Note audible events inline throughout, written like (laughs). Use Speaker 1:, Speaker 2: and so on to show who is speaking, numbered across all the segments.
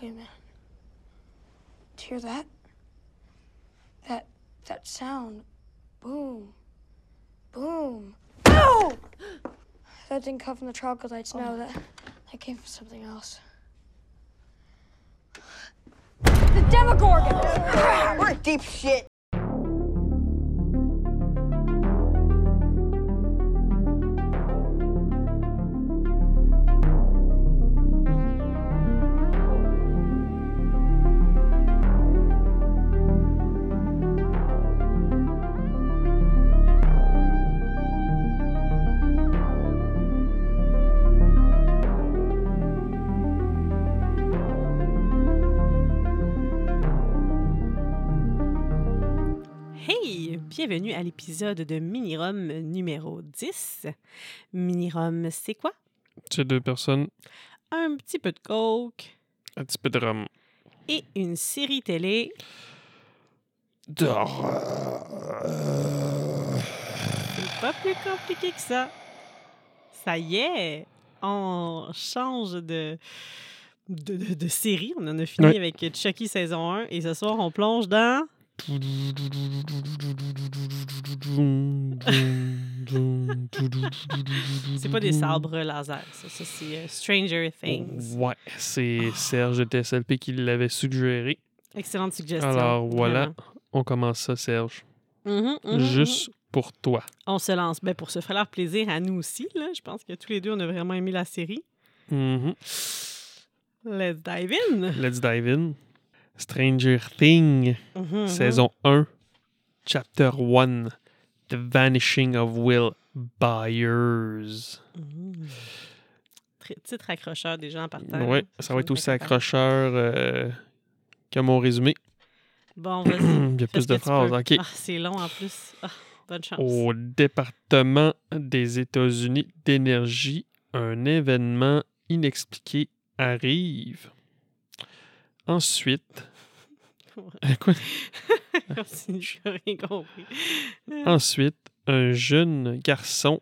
Speaker 1: Wait a minute. Did you hear that? That that sound. Boom. Boom. Ow! That didn't come from the troglodytes. No, that that came from something else. The Demogorgon.
Speaker 2: We're deep shit.
Speaker 3: Hey! Bienvenue à l'épisode de Minirum numéro 10. Minirum, c'est quoi?
Speaker 4: C'est deux personnes,
Speaker 3: Un petit peu de coke
Speaker 4: un petit peu de rhum.
Speaker 3: et une série télé. C'est pas plus compliqué que ça. Ça y est! On change de, de, de- de série. On en a fini
Speaker 4: Ouais.
Speaker 3: avec Chucky saison 1 et ce soir, on plonge dans. C'est pas des sabres laser, ça. Ça, c'est euh, Stranger Things.
Speaker 4: Ouais, c'est Serge de TSLP qui l'avait suggéré.
Speaker 3: Excellente suggestion.
Speaker 4: Alors voilà,
Speaker 3: vraiment.
Speaker 4: on commence ça, Serge.
Speaker 3: Mhm, mhm,
Speaker 4: Juste pour toi.
Speaker 3: On se lance. Ben, pour se faire plaisir à nous aussi, là, je pense que tous les deux, on a vraiment aimé la série.
Speaker 4: Mhm.
Speaker 3: Let's dive in!
Speaker 4: Let's dive in. Stranger Thing,
Speaker 3: Mhm,
Speaker 4: saison 1, chapter 1, The Vanishing of Will Byers.
Speaker 3: mhm. Tr- Titre accrocheur des gens par terre.
Speaker 4: Ouais, ça va être aussi accrocheur euh, que mon résumé.
Speaker 3: Bon, vas-y.
Speaker 4: Il y
Speaker 3: fais
Speaker 4: a (clears throat) plus
Speaker 3: ce que
Speaker 4: de
Speaker 3: tu (laughs)
Speaker 4: phrases.
Speaker 3: peux.
Speaker 4: OK.
Speaker 3: Ah, c'est long en plus. Ah, bonne chance. (laughs)
Speaker 4: Au département des États-Unis d'énergie, un événement inexpliqué arrive.
Speaker 3: (laughs)
Speaker 4: Ensuite, (laughs) quoi?
Speaker 3: Comme si je n'ai rien compris.
Speaker 4: ensuite, un jeune garçon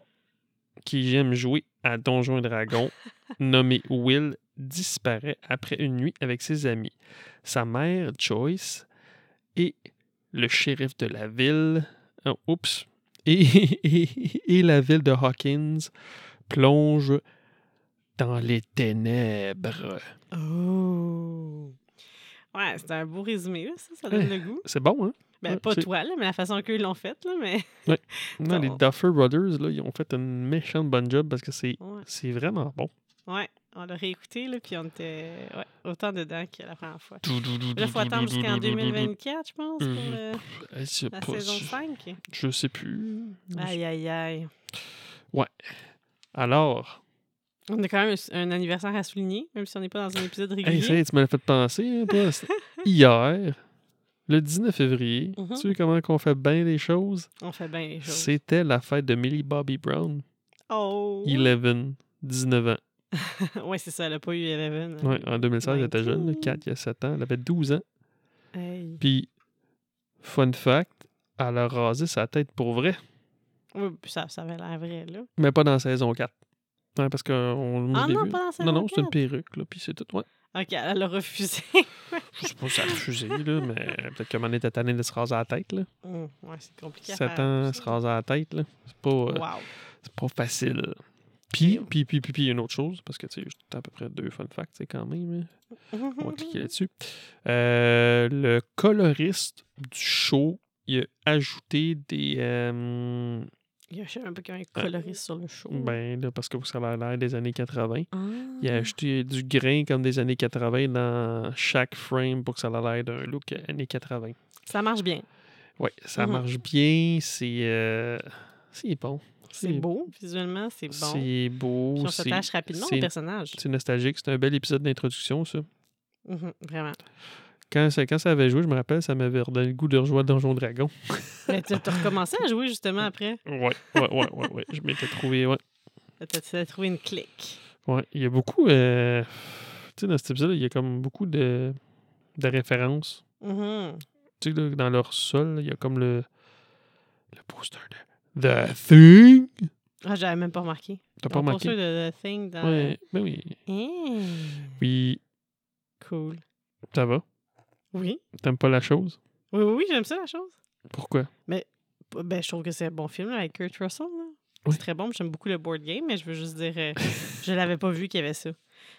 Speaker 4: qui aime jouer à Donjons et Dragons,
Speaker 3: (laughs)
Speaker 4: nommé Will, disparaît après une nuit avec ses amis. Sa mère, Joyce, et le shérif de la ville, oh, oups, et, (laughs) et- et la ville de Hawkins plongent dans les ténèbres.
Speaker 3: Oh! Ouais, c'est un beau résumé, là, ça. Ça donne le goût.
Speaker 4: C'est bon, hein?
Speaker 3: Ben,
Speaker 4: Ouais,
Speaker 3: pas
Speaker 4: c'est-
Speaker 3: toi, là, mais la façon qu'ils l'ont faite, là, mais... (laughs)
Speaker 4: Non, les
Speaker 3: Bon.
Speaker 4: Duffer Brothers, là, ils ont fait une méchante bonne job parce que c'est
Speaker 3: Ouais.
Speaker 4: c'est vraiment bon.
Speaker 3: Ouais, on l'a réécouté, là, puis on était ouais, autant dedans que la première fois. Là, il faut attendre jusqu'en
Speaker 4: (laughs)
Speaker 3: 2024, je pense, pour
Speaker 4: Hum,
Speaker 3: le-
Speaker 4: Je sais
Speaker 3: la
Speaker 4: pas,
Speaker 3: saison Mmh.
Speaker 4: je-
Speaker 3: 5.
Speaker 4: Je sais plus.
Speaker 3: Aïe, aïe, aïe.
Speaker 4: Alors,
Speaker 3: On a quand même un anniversaire à souligner, même si on n'est pas dans un épisode régulier.
Speaker 4: hey, ça y est, tu me l'as fait penser. hein,
Speaker 3: (laughs)
Speaker 4: toi. C'est- Hier, le 19 février,
Speaker 3: Mhm.
Speaker 4: tu sais comment qu'on fait bien les choses?
Speaker 3: On fait bien les choses.
Speaker 4: C'était la fête de Millie Bobby Brown.
Speaker 3: Oh!
Speaker 4: 11, 19 ans.
Speaker 3: (laughs) ouais, c'est ça, elle n'a pas eu Eleven.
Speaker 4: Ouais, en 2016, elle était jeune, 4, il y a 7 ans. Elle avait 12 ans.
Speaker 3: Hey.
Speaker 4: Puis, fun fact, elle a rasé sa tête pour vrai,
Speaker 3: Ouais, puis ça, ça avait l'air vrai, là.
Speaker 4: mais pas dans saison 4. Ouais, parce qu'on
Speaker 3: Ah non, pas dans saison
Speaker 4: Non, non, c'est une
Speaker 3: 4.
Speaker 4: perruque, là, puis c'est tout. Ouais.
Speaker 3: OK, elle a refusé. (laughs)
Speaker 4: Je sais pas si ça a refusé, là, mais peut-être que mon était tanné de se raser la tête, là.
Speaker 3: Hum, ouais, c'est compliqué à faire.
Speaker 4: Satan se raser la tête, là. C'est pas, euh,
Speaker 3: Wow.
Speaker 4: c'est pas facile. Puis, puis, puis, puis, puis, une autre chose, parce que, tu sais, j'ai à peu près deux fun facts, c'est quand même. hein. On va
Speaker 3: Mhm.
Speaker 4: cliquer là-dessus. Euh, le coloriste du show, il a ajouté des... euh,
Speaker 3: (laughs) Il y a je sais un peu un coloriste sur le show.
Speaker 4: ben, là, parce que ça a l'air des années 80.
Speaker 3: Ah.
Speaker 4: Il a ajouté du grain comme des années 80 dans chaque frame pour que ça a l'air d'un look années 80.
Speaker 3: Ça marche bien.
Speaker 4: Oui, ça
Speaker 3: Mhm.
Speaker 4: marche bien, c'est euh, c'est bon.
Speaker 3: C'est beau, visuellement, c'est bon. Puis
Speaker 4: C'est beau.
Speaker 3: on
Speaker 4: c'est-
Speaker 3: s'attache rapidement au
Speaker 4: c'est-
Speaker 3: personnage.
Speaker 4: C'est nostalgique. C'est un bel épisode d'introduction, ça.
Speaker 3: Mhm, vraiment.
Speaker 4: Quand ça, quand ça avait joué, je me rappelle, ça m'avait redonné le goût de rejouer à Donjon Dragon.
Speaker 3: Mais tu as recommencé à jouer justement après.
Speaker 4: Ouais, ouais, ouais, ouais, ouais. Je m'étais trouvé, ouais.
Speaker 3: Tu as, trouvé une clique.
Speaker 4: Ouais, il y a beaucoup. euh, Tu sais, dans cet épisode, il y a comme beaucoup de, de références.
Speaker 3: Mhm.
Speaker 4: Tu sais, là, dans leur sol, il y a comme le, le poster de The Thing.
Speaker 3: Ah, j'avais même pas remarqué.
Speaker 4: T'as pas
Speaker 3: Mon poster
Speaker 4: remarqué?
Speaker 3: de The Thing dans.
Speaker 4: Ouais, ben oui.
Speaker 3: Hein.
Speaker 4: Puis
Speaker 3: Eh, cool.
Speaker 4: Ça va?
Speaker 3: Oui.
Speaker 4: T'aimes pas la chose?
Speaker 3: Oui, oui, oui, j'aime ça, la chose.
Speaker 4: Pourquoi?
Speaker 3: Ben, je trouve que c'est un bon film là, avec Kurt Russell. là.
Speaker 4: Oui.
Speaker 3: C'est très bon. puis J'aime beaucoup le board game, mais je veux juste dire, euh, je l'avais pas vu qu'il y avait ça.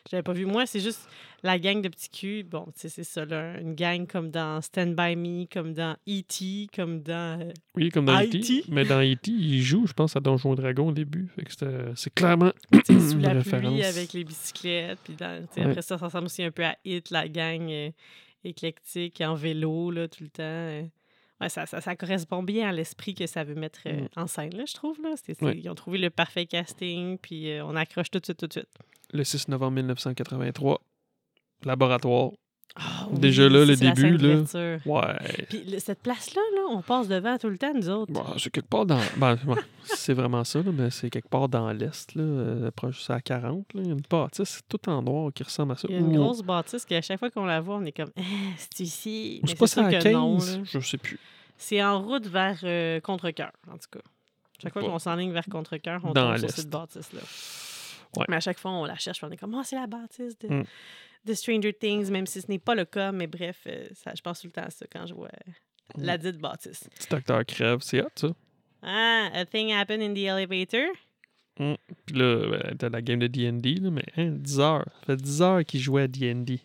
Speaker 3: Je l'avais pas vu. Moi, c'est juste la gang de petits culs. Bon, tu sais, c'est ça, là, une gang comme dans Stand By Me, comme dans E.T., comme dans. euh,
Speaker 4: Oui, comme dans
Speaker 3: IT.
Speaker 4: E.T. Mais dans E.T., il joue, je pense, à Donjon et Dragon au début. Fait que c'est- c'est clairement (clears throat)
Speaker 3: tu sais, sous
Speaker 4: une
Speaker 3: la
Speaker 4: référence.
Speaker 3: pluie avec les bicyclettes. Puis dans- tu sais,
Speaker 4: Ouais.
Speaker 3: après ça, ça ressemble aussi un peu à Hit, la gang euh, éclectique en vélo là, tout le temps. euh. Ouais, ça, ça, ça correspond bien à l'esprit que ça veut mettre euh,
Speaker 4: Mm.
Speaker 3: en scène, là, je trouve. Là. C'est- c'est-
Speaker 4: Ouais.
Speaker 3: Ils ont trouvé le parfait casting, puis euh, on accroche tout de suite, tout de suite.
Speaker 4: le 6 novembre 1983. Laboratoire.
Speaker 3: Ah
Speaker 4: Déjà là, le
Speaker 3: c'est la scène
Speaker 4: début, là.
Speaker 3: d'ouverture.
Speaker 4: Ouais.
Speaker 3: Puis le- cette place-là, là, on passe devant tout le temps, nous autres.
Speaker 4: Bon, c'est quelque part dans. ben, ouais, c'est vraiment ça, là, mais c'est quelque part dans l'Est, là, euh, proche de la 40. Là, il y a une bâtisse tout en noir qui ressemble à ça.
Speaker 3: Il y a une
Speaker 4: Ou-
Speaker 3: grosse bâtisse qu'à chaque fois qu'on la voit, on est comme Ah, c'est ici.
Speaker 4: ou
Speaker 3: Mais
Speaker 4: c'est pas
Speaker 3: sûr
Speaker 4: ça à
Speaker 3: que non,
Speaker 4: 15,
Speaker 3: là.
Speaker 4: je sais plus.
Speaker 3: C'est en route vers euh, Contrecoeur, en tout cas. Chaque fois
Speaker 4: Bon.
Speaker 3: qu'on s'enligne vers Contrecoeur, on
Speaker 4: Dans
Speaker 3: tombe sur
Speaker 4: l'Est.
Speaker 3: cette bâtisse-là.
Speaker 4: Ouais.
Speaker 3: Mais à chaque fois, on la cherche, puis on est comme, Ah, c'est la bâtisse de,
Speaker 4: Mm.
Speaker 3: de Stranger Things, même si ce n'est pas le cas. Mais bref, euh, ça, je pense tout le temps à ça quand je vois euh,
Speaker 4: Mm.
Speaker 3: la dite bâtisse.
Speaker 4: Petit acteur crève, c'est hot, ça.
Speaker 3: Ah, a thing happened in the elevator.
Speaker 4: Puis là, ben, t'as la game de D&D, là, mais hein, 10 heures. Ça fait 10 heures qu'il jouait à D&D.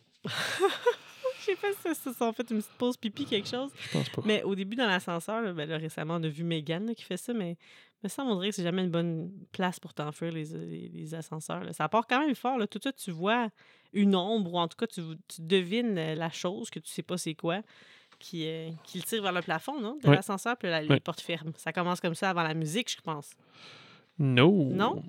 Speaker 3: Je sais pas si ça se sont fait une petite pause pipi, quelque chose.
Speaker 4: Je pense pas.
Speaker 3: Mais au début, dans l'ascenseur, là, ben là, récemment, on a vu Megan là, qui fait ça, mais me semble on dirait que c'est jamais une bonne place pour t'enfuir les, les, les ascenseurs. là. Ça part quand même fort. Là. Tout de suite, tu vois une ombre, ou en tout cas, tu, tu devines euh, la chose que tu sais pas c'est quoi, qui, euh, qui le tire vers le plafond, non? De
Speaker 4: Ouais.
Speaker 3: l'ascenseur, puis là, les
Speaker 4: Ouais.
Speaker 3: portes ferment. Ça commence comme ça avant la musique, je pense.
Speaker 4: No.
Speaker 3: Non?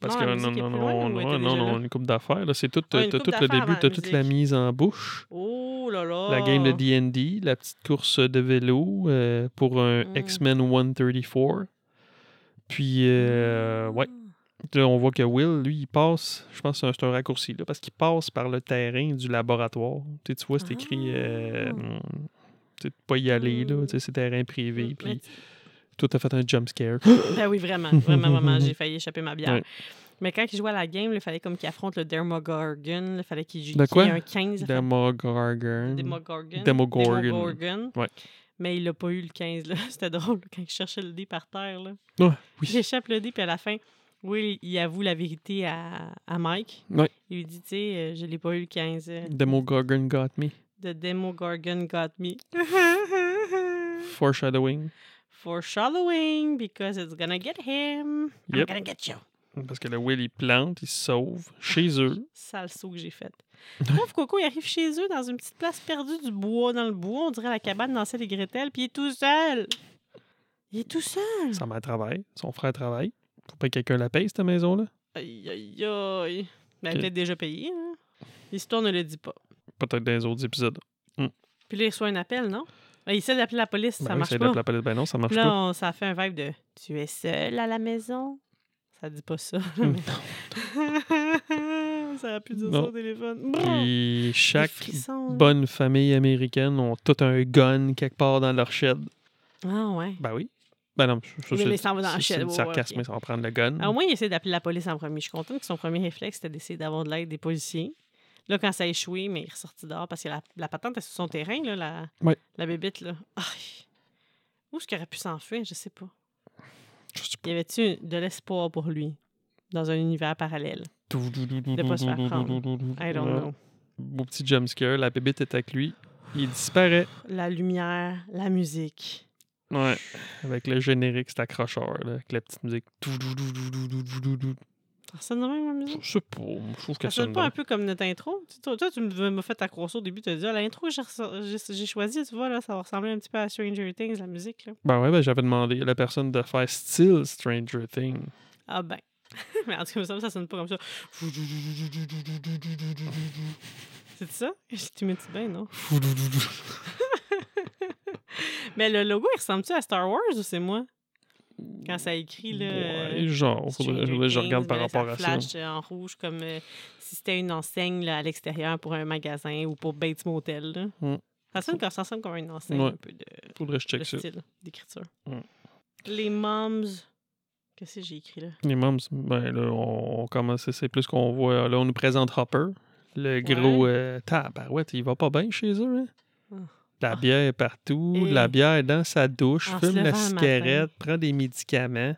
Speaker 4: Parce
Speaker 3: Non,
Speaker 4: que
Speaker 3: la
Speaker 4: non,
Speaker 3: musique est
Speaker 4: non,
Speaker 3: plus loin,
Speaker 4: non,
Speaker 3: ou elle
Speaker 4: non,
Speaker 3: était
Speaker 4: non,
Speaker 3: déjà
Speaker 4: non,
Speaker 3: là?
Speaker 4: une coupe d'affaires. là, C'est tout,
Speaker 3: Ah,
Speaker 4: euh,
Speaker 3: une
Speaker 4: t'as
Speaker 3: coupe
Speaker 4: tout le
Speaker 3: d'affaires
Speaker 4: début,
Speaker 3: avant
Speaker 4: t'as
Speaker 3: la
Speaker 4: toute la
Speaker 3: musique.
Speaker 4: mise en bouche.
Speaker 3: Oh là là!
Speaker 4: La game de D&D, la petite course de vélo euh, pour un
Speaker 3: Mm.
Speaker 4: X-Men 134. Puis, euh,
Speaker 3: Hmm.
Speaker 4: ouais, là, on voit que Will, lui, il passe, je pense que c'est un- c'est un raccourci, là, parce qu'il passe par le terrain du laboratoire. Tu, sais, tu vois, c'est écrit, euh,
Speaker 3: Ah.
Speaker 4: mm, tu sais, de pas y aller, là, tu sais, c'est terrain privé.
Speaker 3: Mm, mais
Speaker 4: Puis, toi, t'as fait un jump
Speaker 3: (laughs)
Speaker 4: scare.
Speaker 3: Ben oui, vraiment, vraiment, vraiment.
Speaker 4: (laughs)
Speaker 3: J'ai failli échapper ma bière.
Speaker 4: Ouais.
Speaker 3: Mais quand il jouait à la game, il fallait comme qu'il affronte le Dermogorgon. Il fallait qu'il joue
Speaker 4: De quoi?
Speaker 3: un 15. il fallait-
Speaker 4: Demogorgon.
Speaker 3: Demogorgon.
Speaker 4: Demogorgon. Ouais.
Speaker 3: Mais il n'a pas eu le 15. là. (laughs) C'était drôle quand il cherchait le dé par terre. Là.
Speaker 4: Ouais, oui.
Speaker 3: Il échappe le dé, puis à la fin, oui, il avoue la vérité à, à Mike.
Speaker 4: Ouais.
Speaker 3: Il lui dit, tu sais, euh, je l'ai pas eu le 15. euh,
Speaker 4: Demogorgon got me.
Speaker 3: The Demogorgon got
Speaker 4: (laughs)
Speaker 3: me.
Speaker 4: Foreshadowing.
Speaker 3: Foreshadowing, because it's gonna get him. I'm
Speaker 4: Yep.
Speaker 3: gonna get you.
Speaker 4: Parce que le Will, il plante, il se sauve chez eux.
Speaker 3: sale saut que j'ai fait. Bref, Coco, il arrive chez eux dans une petite place perdue du bois, dans le bois, on dirait la cabane d'Ancel et Gretel, puis il est tout seul. Il est tout seul.
Speaker 4: Sa mère travaille, son frère travaille. Faut pas que quelqu'un la paye, cette maison-là.
Speaker 3: Aïe, aïe, aïe. Ben,
Speaker 4: Ok.
Speaker 3: peut-être déjà payé, hein? L'histoire ne le dit pas.
Speaker 4: Peut-être dans les autres épisodes.
Speaker 3: Puis là, il reçoit un appel, non? Ben, il essaie d'appeler la police,
Speaker 4: Ben
Speaker 3: ça
Speaker 4: oui,
Speaker 3: marche
Speaker 4: c'est
Speaker 3: pas.
Speaker 4: la palette. Ben non, ça marche
Speaker 3: Puis là, on- ça fait un vibe de « Tu es seul à la maison? » Ça dit pas ça.
Speaker 4: (laughs) pas. Mm.
Speaker 3: (laughs) ça aurait pu dire ça
Speaker 4: Non.
Speaker 3: au téléphone.
Speaker 4: Puis chaque
Speaker 3: frissons, là.
Speaker 4: bonne famille américaine ont tout un gun quelque part dans leur shed.
Speaker 3: Ah ouais.
Speaker 4: Ben oui. Ben non, ça,
Speaker 3: Oui,
Speaker 4: c'est-
Speaker 3: mais ça en va dans la
Speaker 4: c'est-
Speaker 3: shed,
Speaker 4: C'est
Speaker 3: ouais,
Speaker 4: du
Speaker 3: ouais,
Speaker 4: sarcasme,
Speaker 3: ok.
Speaker 4: mais ça va prendre le gun.
Speaker 3: Alors, au moins, il essaie d'appeler la police en premier. Je suis contente que son premier réflexe, c'était d'essayer d'avoir de l'aide des policiers. Là, quand ça a échoué, mais il est ressorti dehors parce que la, la patente est sur son terrain, là, la,
Speaker 4: Ouais.
Speaker 3: la bébite. Là. Aïe. Où est-ce qu'il aurait pu s'enfuir? Je sais pas.
Speaker 4: Je sais
Speaker 3: Y avait-tu de l'espoir pour lui dans un univers parallèle?
Speaker 4: De
Speaker 3: pas se faire prendre. I don't know.
Speaker 4: Beau petit jumpscare, la bébête est avec lui. Il disparaît.
Speaker 3: La lumière, la musique.
Speaker 4: Ouais. Avec le générique, c'est accrocheur, là, avec la petite musique.
Speaker 3: Ça ressemble de même, la musique?
Speaker 4: Je sais pas, je trouve
Speaker 3: Ça
Speaker 4: qu'elle
Speaker 3: sonne
Speaker 4: sonne
Speaker 3: pas un
Speaker 4: bien.
Speaker 3: peu comme notre intro? Tu- Toi, toi, tu me- m'as fait ta croissance au début, tu as dit, Ah, l'intro que j'ai reço- j'ai j'ai choisi, tu vois, là, ça va ressembler un petit peu à Stranger Things, la musique. Là.
Speaker 4: Ben ouais, ben j'avais demandé à la personne de faire Still Stranger Thing.
Speaker 3: Ah ben. (laughs) Mais en tout cas, il me semble que ça sonne pas comme ça. C'est ça? Tu mets bien, non? (laughs) Mais le logo, il ressemble-tu à Star Wars ou c'est moi? Quand ça écrit, là.
Speaker 4: Ouais,
Speaker 3: euh,
Speaker 4: genre, faudrait,
Speaker 3: Stranger
Speaker 4: faudrait que je
Speaker 3: Things,
Speaker 4: regarde par
Speaker 3: ben là,
Speaker 4: rapport à ça.
Speaker 3: flash euh, en rouge, comme euh, si c'était une enseigne là, à l'extérieur pour un magasin ou pour Bates Motel. là.
Speaker 4: Mm.
Speaker 3: Ça, sonne comme, ça sonne comme une enseigne
Speaker 4: Ouais.
Speaker 3: un peu de,
Speaker 4: Faudrait que je
Speaker 3: de
Speaker 4: check ça.
Speaker 3: style d'écriture.
Speaker 4: Mm.
Speaker 3: Les moms. Qu'est-ce que j'ai écrit là?
Speaker 4: Les moms, ben là, on on commence, c'est plus qu'on voit. Là, on nous présente Hopper, Le gros euh, tabarouette, il va pas bien chez eux, hein?
Speaker 3: Ah.
Speaker 4: De La bière partout, de
Speaker 3: Et-
Speaker 4: la bière dans sa douche,
Speaker 3: En se
Speaker 4: fume la
Speaker 3: levant le matin.
Speaker 4: cigarette, prend des médicaments.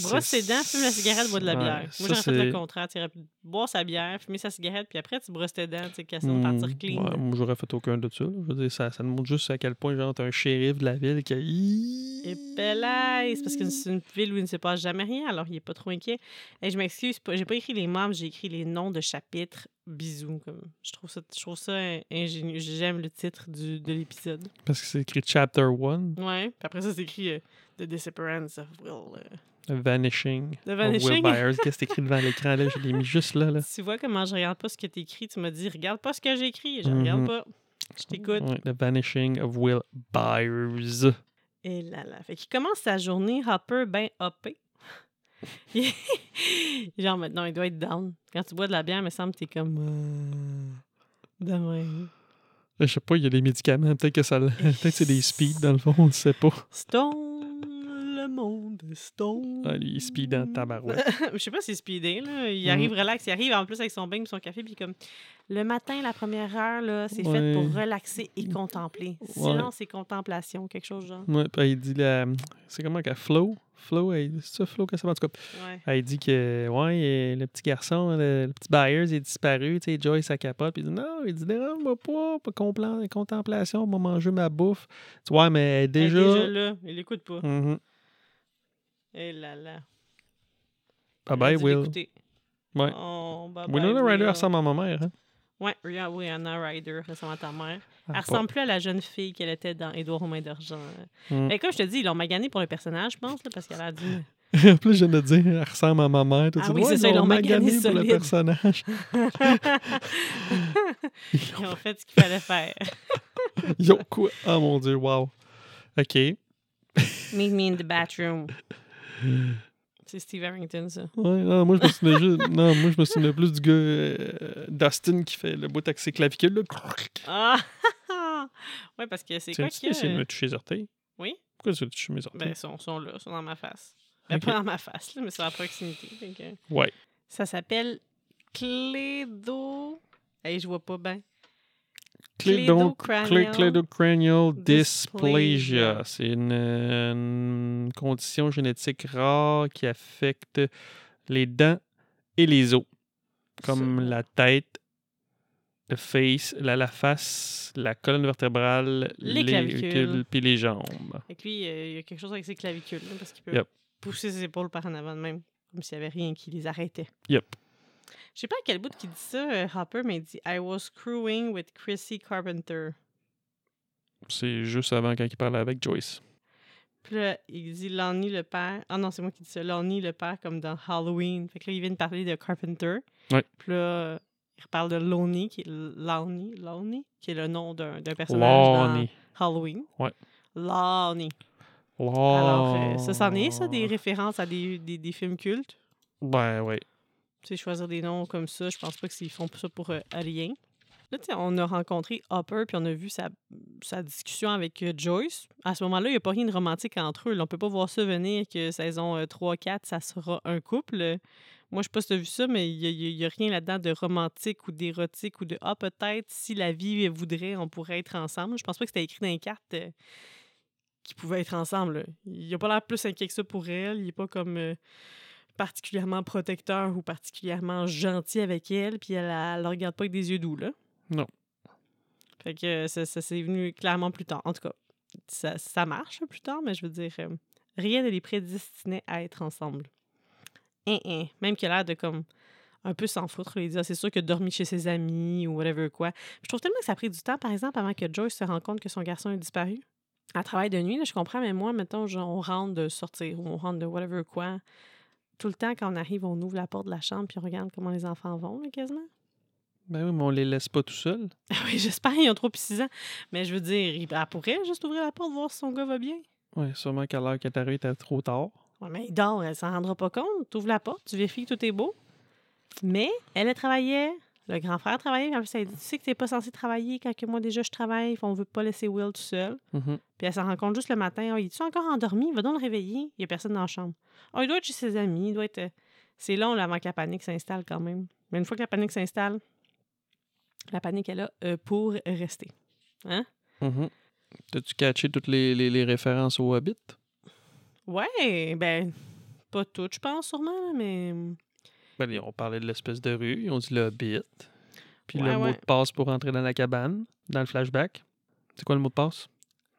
Speaker 3: Brosse
Speaker 4: C'est-
Speaker 3: ses dents, fume la cigarette, bois de la
Speaker 4: Ouais,
Speaker 3: bière.
Speaker 4: ça,
Speaker 3: Moi, j'aurais fait
Speaker 4: c'est-
Speaker 3: le contraire. Tu irais boire sa bière, fumer sa cigarette, puis après, tu brosses tes dents, tu sais, question de
Speaker 4: Hmm,
Speaker 3: partir clean.
Speaker 4: ouais, moi, j'aurais fait aucun de ça. là. Je veux dire, ça, ça nous montre juste à quel point, genre, t'es un shérif de la ville qui a.
Speaker 3: Et pelaise, parce que c'est une ville où il ne se passe jamais rien, alors il n'est pas trop inquiet. Et je m'excuse, pas- j'ai pas écrit les membres, j'ai écrit les noms de chapitres. Bisous. Comme. Je trouve ça, je trouve ça in- ingénieux. J'aime le titre du, de l'épisode.
Speaker 4: Parce que c'est écrit Chapter 1,
Speaker 3: Ouais. Puis après ça, c'est écrit euh, The Disappearance of Will. euh.
Speaker 4: Vanishing.
Speaker 3: The
Speaker 4: of Will
Speaker 3: Vanishing.
Speaker 4: Byers. Qu'est-ce que c'est écrit devant l'écran, là? Je l'ai mis juste là, là.
Speaker 3: Tu vois comment je regarde pas ce que tu écris. Tu m'as dit, regarde pas ce que j'écris. Je regarde
Speaker 4: Mhm.
Speaker 3: pas. Je t'écoute.
Speaker 4: Ouais, The Vanishing of Will Byers.
Speaker 3: Et là là. Fait qu'il commence sa journée Hopper ben hoppé. (laughs) Il- Genre maintenant, il doit être down. Quand tu bois de la bière, il me semble que t'es comme. euh, de même.
Speaker 4: Je sais pas, il y a des médicaments. Peut-être que ça. l'a- (laughs) Peut-être que c'est des speeds, dans le fond, on ne sait pas.
Speaker 3: Stone, le monde est stone.
Speaker 4: Ah, lui, il speed en tabarouette.
Speaker 3: (laughs) Je sais pas si c'est speedé, là. Il
Speaker 4: Mm.
Speaker 3: arrive relax. Il arrive en plus avec son bain et son café. Puis comme le matin, la première heure, là, c'est fait pour
Speaker 4: Ouais.
Speaker 3: relaxer et contempler. Silence et contemplation, quelque chose genre.
Speaker 4: Ouais, puis il dit la. C'est comment qu'elle flow? Flow, elle- c'est ça, Flow, qu'elle s'appelle? En tout cas,
Speaker 3: Ouais.
Speaker 4: Elle dit que ouais, euh, le petit garçon, le, le petit Byers il est disparu, tu sais, Joyce ça capote, puis il dit non, il dit non, moi pas, pas complan- contemplation, m'a manger ma bouffe. Tu vois, mais
Speaker 3: Elle est
Speaker 4: déjà.
Speaker 3: déjà là. Il l'écoute pas.
Speaker 4: Mhm.
Speaker 3: Et là là.
Speaker 4: Bye
Speaker 3: Elle a
Speaker 4: bye
Speaker 3: dû
Speaker 4: Will.
Speaker 3: l'écouter.
Speaker 4: Ouais.
Speaker 3: Oh, bye bye,
Speaker 4: Winona Ryder
Speaker 3: Will.
Speaker 4: ressemble à ma mère, hein?
Speaker 3: Ouais, Ria- Winona Ryder ressemble à ta mère.
Speaker 4: Ah,
Speaker 3: Elle ressemble plus à la jeune fille qu'elle était dans Édouard aux mains d'argent.
Speaker 4: Mm.
Speaker 3: Mais comme je te dis, ils l'ont magané pour le personnage, je pense, là, parce qu'elle a
Speaker 4: (laughs)
Speaker 3: dit.
Speaker 4: pas. en plus, je viens de dire, elle ressemble à ma mère. Tout
Speaker 3: Ah
Speaker 4: de suite.
Speaker 3: oui,
Speaker 4: Ouais,
Speaker 3: c'est ça, ils l'ont magané
Speaker 4: magané pour le
Speaker 3: solide. (laughs)
Speaker 4: personnage.
Speaker 3: ils ont fait ce qu'il fallait faire.
Speaker 4: Yo, quoi? Oh mon dieu, wow. OK.
Speaker 3: Meet me in the bathroom. C'est Steve Harrington, ça.
Speaker 4: Ouais, non, moi, je me
Speaker 3: (laughs)
Speaker 4: souvenais juste- non, moi, je me souvenais plus du gars euh, Dustin qui fait le bout avec ses clavicules. Là.
Speaker 3: Ah! (laughs) ouais, parce que c'est
Speaker 4: Tu
Speaker 3: quoi
Speaker 4: as-tu
Speaker 3: qu'il y
Speaker 4: essayé de
Speaker 3: a?
Speaker 4: me toucher les orteils?
Speaker 3: Oui?
Speaker 4: Pourquoi tu veux toucher mes orteils?
Speaker 3: Ben, ils sont, sont là, ils sont dans ma face. Ben,
Speaker 4: Ok.
Speaker 3: pas dans ma face, là, mais sont à proximité. fait que-
Speaker 4: ouais.
Speaker 3: Ça s'appelle Clédo. Hey, je vois pas bien.
Speaker 4: Clédo-
Speaker 3: Clédocranial.
Speaker 4: clé- Clédocranial
Speaker 3: dysplasia.
Speaker 4: dysplasia. C'est une, euh, une condition génétique rare qui affecte les dents et les os, comme
Speaker 3: Ça.
Speaker 4: la tête, le face, la, la face, la colonne vertébrale,
Speaker 3: Les clavicules.
Speaker 4: puis les jambes.
Speaker 3: Fait que lui, euh, il y a quelque chose avec ses clavicules, là, parce qu'il peut
Speaker 4: Yep.
Speaker 3: pousser ses épaules par en avant de même, comme s'il n'y avait rien qui les arrêtait.
Speaker 4: Yep.
Speaker 3: Je sais pas à quel bout qui dit ça, euh, Hopper, mais il dit I was crewing with Chrissy Carpenter.
Speaker 4: C'est juste avant quand il parlait avec Joyce.
Speaker 3: Puis là, il dit Lonnie le père. Ah non, c'est moi qui dis ça. Lonnie le père, comme dans Halloween. Fait que là, il vient de parler de Carpenter.
Speaker 4: Ouais.
Speaker 3: Puis là, euh, il reparle de Lonnie, qui est, Lonnie, Lonnie, qui est le nom d'un d'un personnage
Speaker 4: Lonnie.
Speaker 3: dans Halloween.
Speaker 4: Ouais. Oh.
Speaker 3: Lonnie. Alors, euh, ça, c'en est, ça, des références à des, des, des films cultes.
Speaker 4: Ben oui.
Speaker 3: Tu sais, choisir des noms comme ça, je pense pas qu'ils font ça pour euh, rien. Là, tu sais, on a rencontré Hopper, puis on a vu sa, sa discussion avec euh, Joyce. À ce moment-là, il n'y a pas rien de romantique entre eux. là. On peut pas voir ça venir que saison 3-4, ça sera un couple. Moi, je sais pas si tu as vu ça, mais il n'y a, rien là-dedans de romantique ou d'érotique ou de « Ah, peut-être, si la vie voudrait, on pourrait être ensemble. » Je pense pas que c'était écrit dans les cartes euh, qu'ils pouvaient être ensemble. là. Il a pas l'air plus inquiet que ça pour elle. Il est pas comme... euh, particulièrement protecteur ou particulièrement gentil avec elle, puis elle, elle, le regarde pas avec des yeux doux, là.
Speaker 4: Non.
Speaker 3: Fait que euh, ça, ça s'est venu clairement plus tard. En tout cas, ça, ça marche plus tard, mais je veux dire, euh, rien ne les prédestinait à être ensemble. Hein, hein. Même qu'elle a l'air de comme un peu s'en foutre, les dire, c'est sûr que dormir chez ses amis ou whatever quoi. Je trouve tellement que ça a pris du temps, par exemple, avant que Joyce se rende compte que son garçon a disparu. Elle travaille de nuit, là, je comprends, mais moi, mettons, genre, on rentre de sortir ou on rentre de whatever quoi tout le temps, quand on arrive, on ouvre la porte de la chambre puis on regarde comment les enfants vont, là, quasiment.
Speaker 4: Ben oui, mais on les laisse pas tout seuls.
Speaker 3: Ah oui, (laughs) j'espère, ils ont trop 6 ans. Mais je veux dire, il- elle pourrait juste ouvrir la porte, voir si son gars va bien.
Speaker 4: Ouais, sûrement qu'à l'heure qu'elle est arrivée, t'es trop tard.
Speaker 3: Ouais, mais il dort, elle s'en rendra pas compte. Tu ouvres la porte, tu vérifies que tout est beau. Mais elle, elle travaillait. Le grand frère travaillait. puis En plus, elle dit Tu sais que t'es pas censé travailler quand que moi déjà je travaille. On veut pas laisser Will tout seul.
Speaker 4: Mhm.
Speaker 3: Puis elle s'en rend compte juste le matin. Ah, il est encore endormi? Va donc le réveiller. Il y a personne dans la chambre. Ah, il doit être chez ses amis. Il doit être. euh, C'est long là, avant que la panique s'installe quand même. Mais une fois que la panique s'installe, La panique est là euh, pour rester.
Speaker 4: Mhm. T'as-tu catché toutes les, les- les références au Hobbit?
Speaker 3: Ouais, ben, pas toutes, je pense, sûrement, mais. hmm,
Speaker 4: Ben, ils ont parlé de l'espèce de rue, ils ont dit le Hobbit. Puis
Speaker 3: Ouais,
Speaker 4: le mot
Speaker 3: ouais.
Speaker 4: de passe pour entrer dans la cabane, dans le flashback. C'est quoi le mot de passe?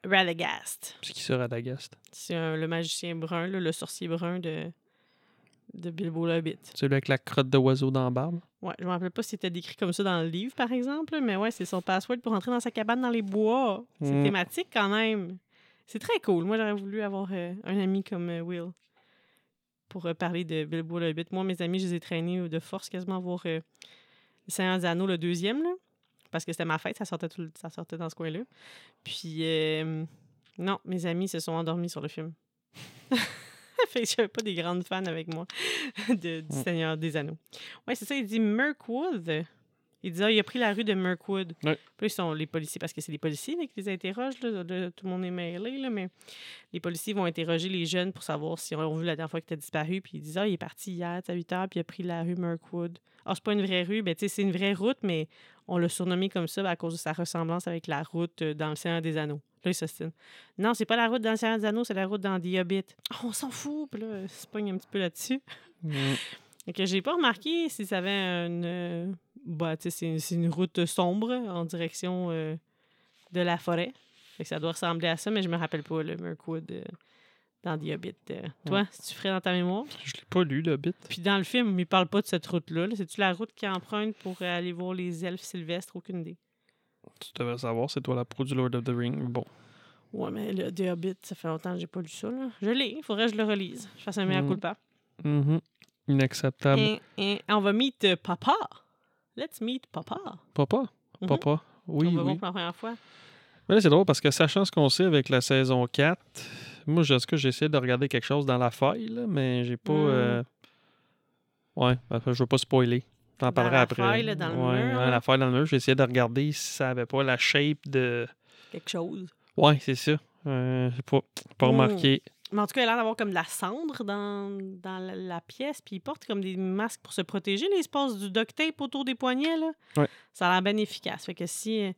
Speaker 3: Radagast.
Speaker 4: C'est qui ça, Radagast?
Speaker 3: C'est un- le magicien brun, là, le sorcier brun de, de Bilbo le Hobbit.
Speaker 4: Celui avec la crotte de oiseau dans la barbe?
Speaker 3: Ouais, je me rappelle pas si c'était décrit comme ça dans le livre, par exemple, mais ouais, c'est son password pour entrer dans sa cabane dans les bois. C'est
Speaker 4: Mm.
Speaker 3: thématique quand même. C'est très cool. Moi, j'aurais voulu avoir euh, un ami comme euh, Will pour euh, parler de Bilbo le Hobbit. Moi, mes amis, je les ai traînés de force quasiment voir euh, Le Seigneur des Anneaux, le deuxième, là, parce que c'était ma fête, ça sortait, tout le- ça sortait dans ce coin-là. Puis, euh, non, mes amis se sont endormis sur le film. (laughs) fait que j'avais pas des grandes fans avec moi (laughs) de, du
Speaker 4: Mm.
Speaker 3: Seigneur des Anneaux. Ouais, c'est ça, il dit Mirkwood. Il dit, ah, il a pris la rue de Mirkwood.
Speaker 4: Ouais.
Speaker 3: Puis là, ils sont les policiers, parce que c'est les policiers là, qui les interrogent. là. Là, tout le monde est mêlé, là, mais les policiers vont interroger les jeunes pour savoir si on vu la dernière fois qu'il était disparu. Puis ils disent, ah, il est parti hier à 8 heures, puis il a pris la rue Mirkwood. Alors, c'est pas une vraie rue, ben, tu sais, c'est une vraie route, mais on l'a surnommé comme ça à cause de sa ressemblance avec la route euh, dans le Seigneur des Anneaux. Là, ils s'ostinent. Non, c'est pas la route dans le Seigneur des Anneaux, c'est la route dans The Hobbit. Ah, on s'en fout, puis là, ils se pognent un petit peu là-dessus.
Speaker 4: Mhm.
Speaker 3: Fait que j'ai pas remarqué si ça avait une. euh, bah, tu sais, c'est une- c'est une route sombre en direction euh, de la forêt. Fait que ça doit ressembler à ça, mais je me rappelle pas le Mirkwood euh, dans The Hobbit. euh. Toi, si tu ferais dans ta mémoire.
Speaker 4: Je l'ai pas lu, le Hobbit.
Speaker 3: Puis dans le film, il parle pas de cette route-là. là. C'est-tu la route qu'ils empruntent pour euh, aller voir les elfes sylvestres? Aucune idée.
Speaker 4: Tu devrais savoir, c'est toi la pro du Lord of the Ring. Bon.
Speaker 3: Ouais, mais le The Hobbit, ça fait longtemps que j'ai pas lu ça. Là. Mm-hmm. Je l'ai, il faudrait que je le relise. Je fasse un meilleur
Speaker 4: Mm.
Speaker 3: coup de pas.
Speaker 4: Mhm.
Speaker 3: Ah,
Speaker 4: Inacceptable.
Speaker 3: On va meet euh, Papa. Let's meet Papa.
Speaker 4: Papa?
Speaker 3: Mhm.
Speaker 4: Papa? Oui,
Speaker 3: On va voir
Speaker 4: oui.
Speaker 3: pour la première fois.
Speaker 4: Mais là, c'est drôle parce que sachant ce qu'on sait avec la saison 4, moi, je- en tout cas, j'ai essayé de regarder quelque chose dans la faille, là, mais j'ai pas.
Speaker 3: Mm.
Speaker 4: euh, Ouais, parce que je veux pas spoiler. T'en
Speaker 3: Dans
Speaker 4: parlerai
Speaker 3: la
Speaker 4: après.
Speaker 3: faille, là, dans le
Speaker 4: Ouais,
Speaker 3: mur,
Speaker 4: ouais,
Speaker 3: là.
Speaker 4: la faille dans le mur, j'ai essayé de regarder si ça avait pas la shape de.
Speaker 3: Quelque chose.
Speaker 4: Ouais, c'est ça. Euh, j'ai pas, pas
Speaker 3: Mm.
Speaker 4: remarqué.
Speaker 3: Mais en tout cas, il a l'air d'avoir comme de la cendre dans, dans la, la pièce, puis il porte comme des masques pour se protéger. Là, il se passe du duct tape autour des poignets. Là.
Speaker 4: Ouais.
Speaker 3: Ça a l'air bien efficace. Fait que si euh,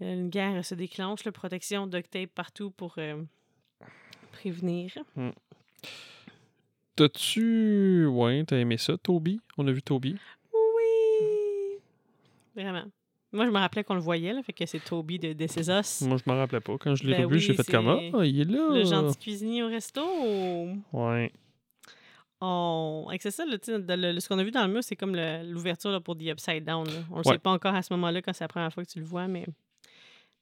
Speaker 3: une guerre se déclenche, la protection, duct tape partout pour euh, prévenir.
Speaker 4: T'as-tu. Ouais, t'as aimé ça, Toby? On a vu Toby.
Speaker 3: Oui! Vraiment. Moi, je me rappelais qu'on le voyait, là, fait que c'est Toby de Decesos.
Speaker 4: Moi, je m'en rappelais pas. Quand je l'ai
Speaker 3: Ben
Speaker 4: revu, j'ai
Speaker 3: oui,
Speaker 4: fait comme
Speaker 3: c'est
Speaker 4: Ah, il est là.
Speaker 3: Le gentil cuisinier au resto.
Speaker 4: Ouais.
Speaker 3: On... fait que C'est ça, le, tu sais, de- le- ce qu'on a vu dans le mur, c'est comme le- l'ouverture là, pour The Upside Down. là. On le
Speaker 4: Ouais.
Speaker 3: sait pas encore à ce moment-là quand c'est la première fois que tu le vois, mais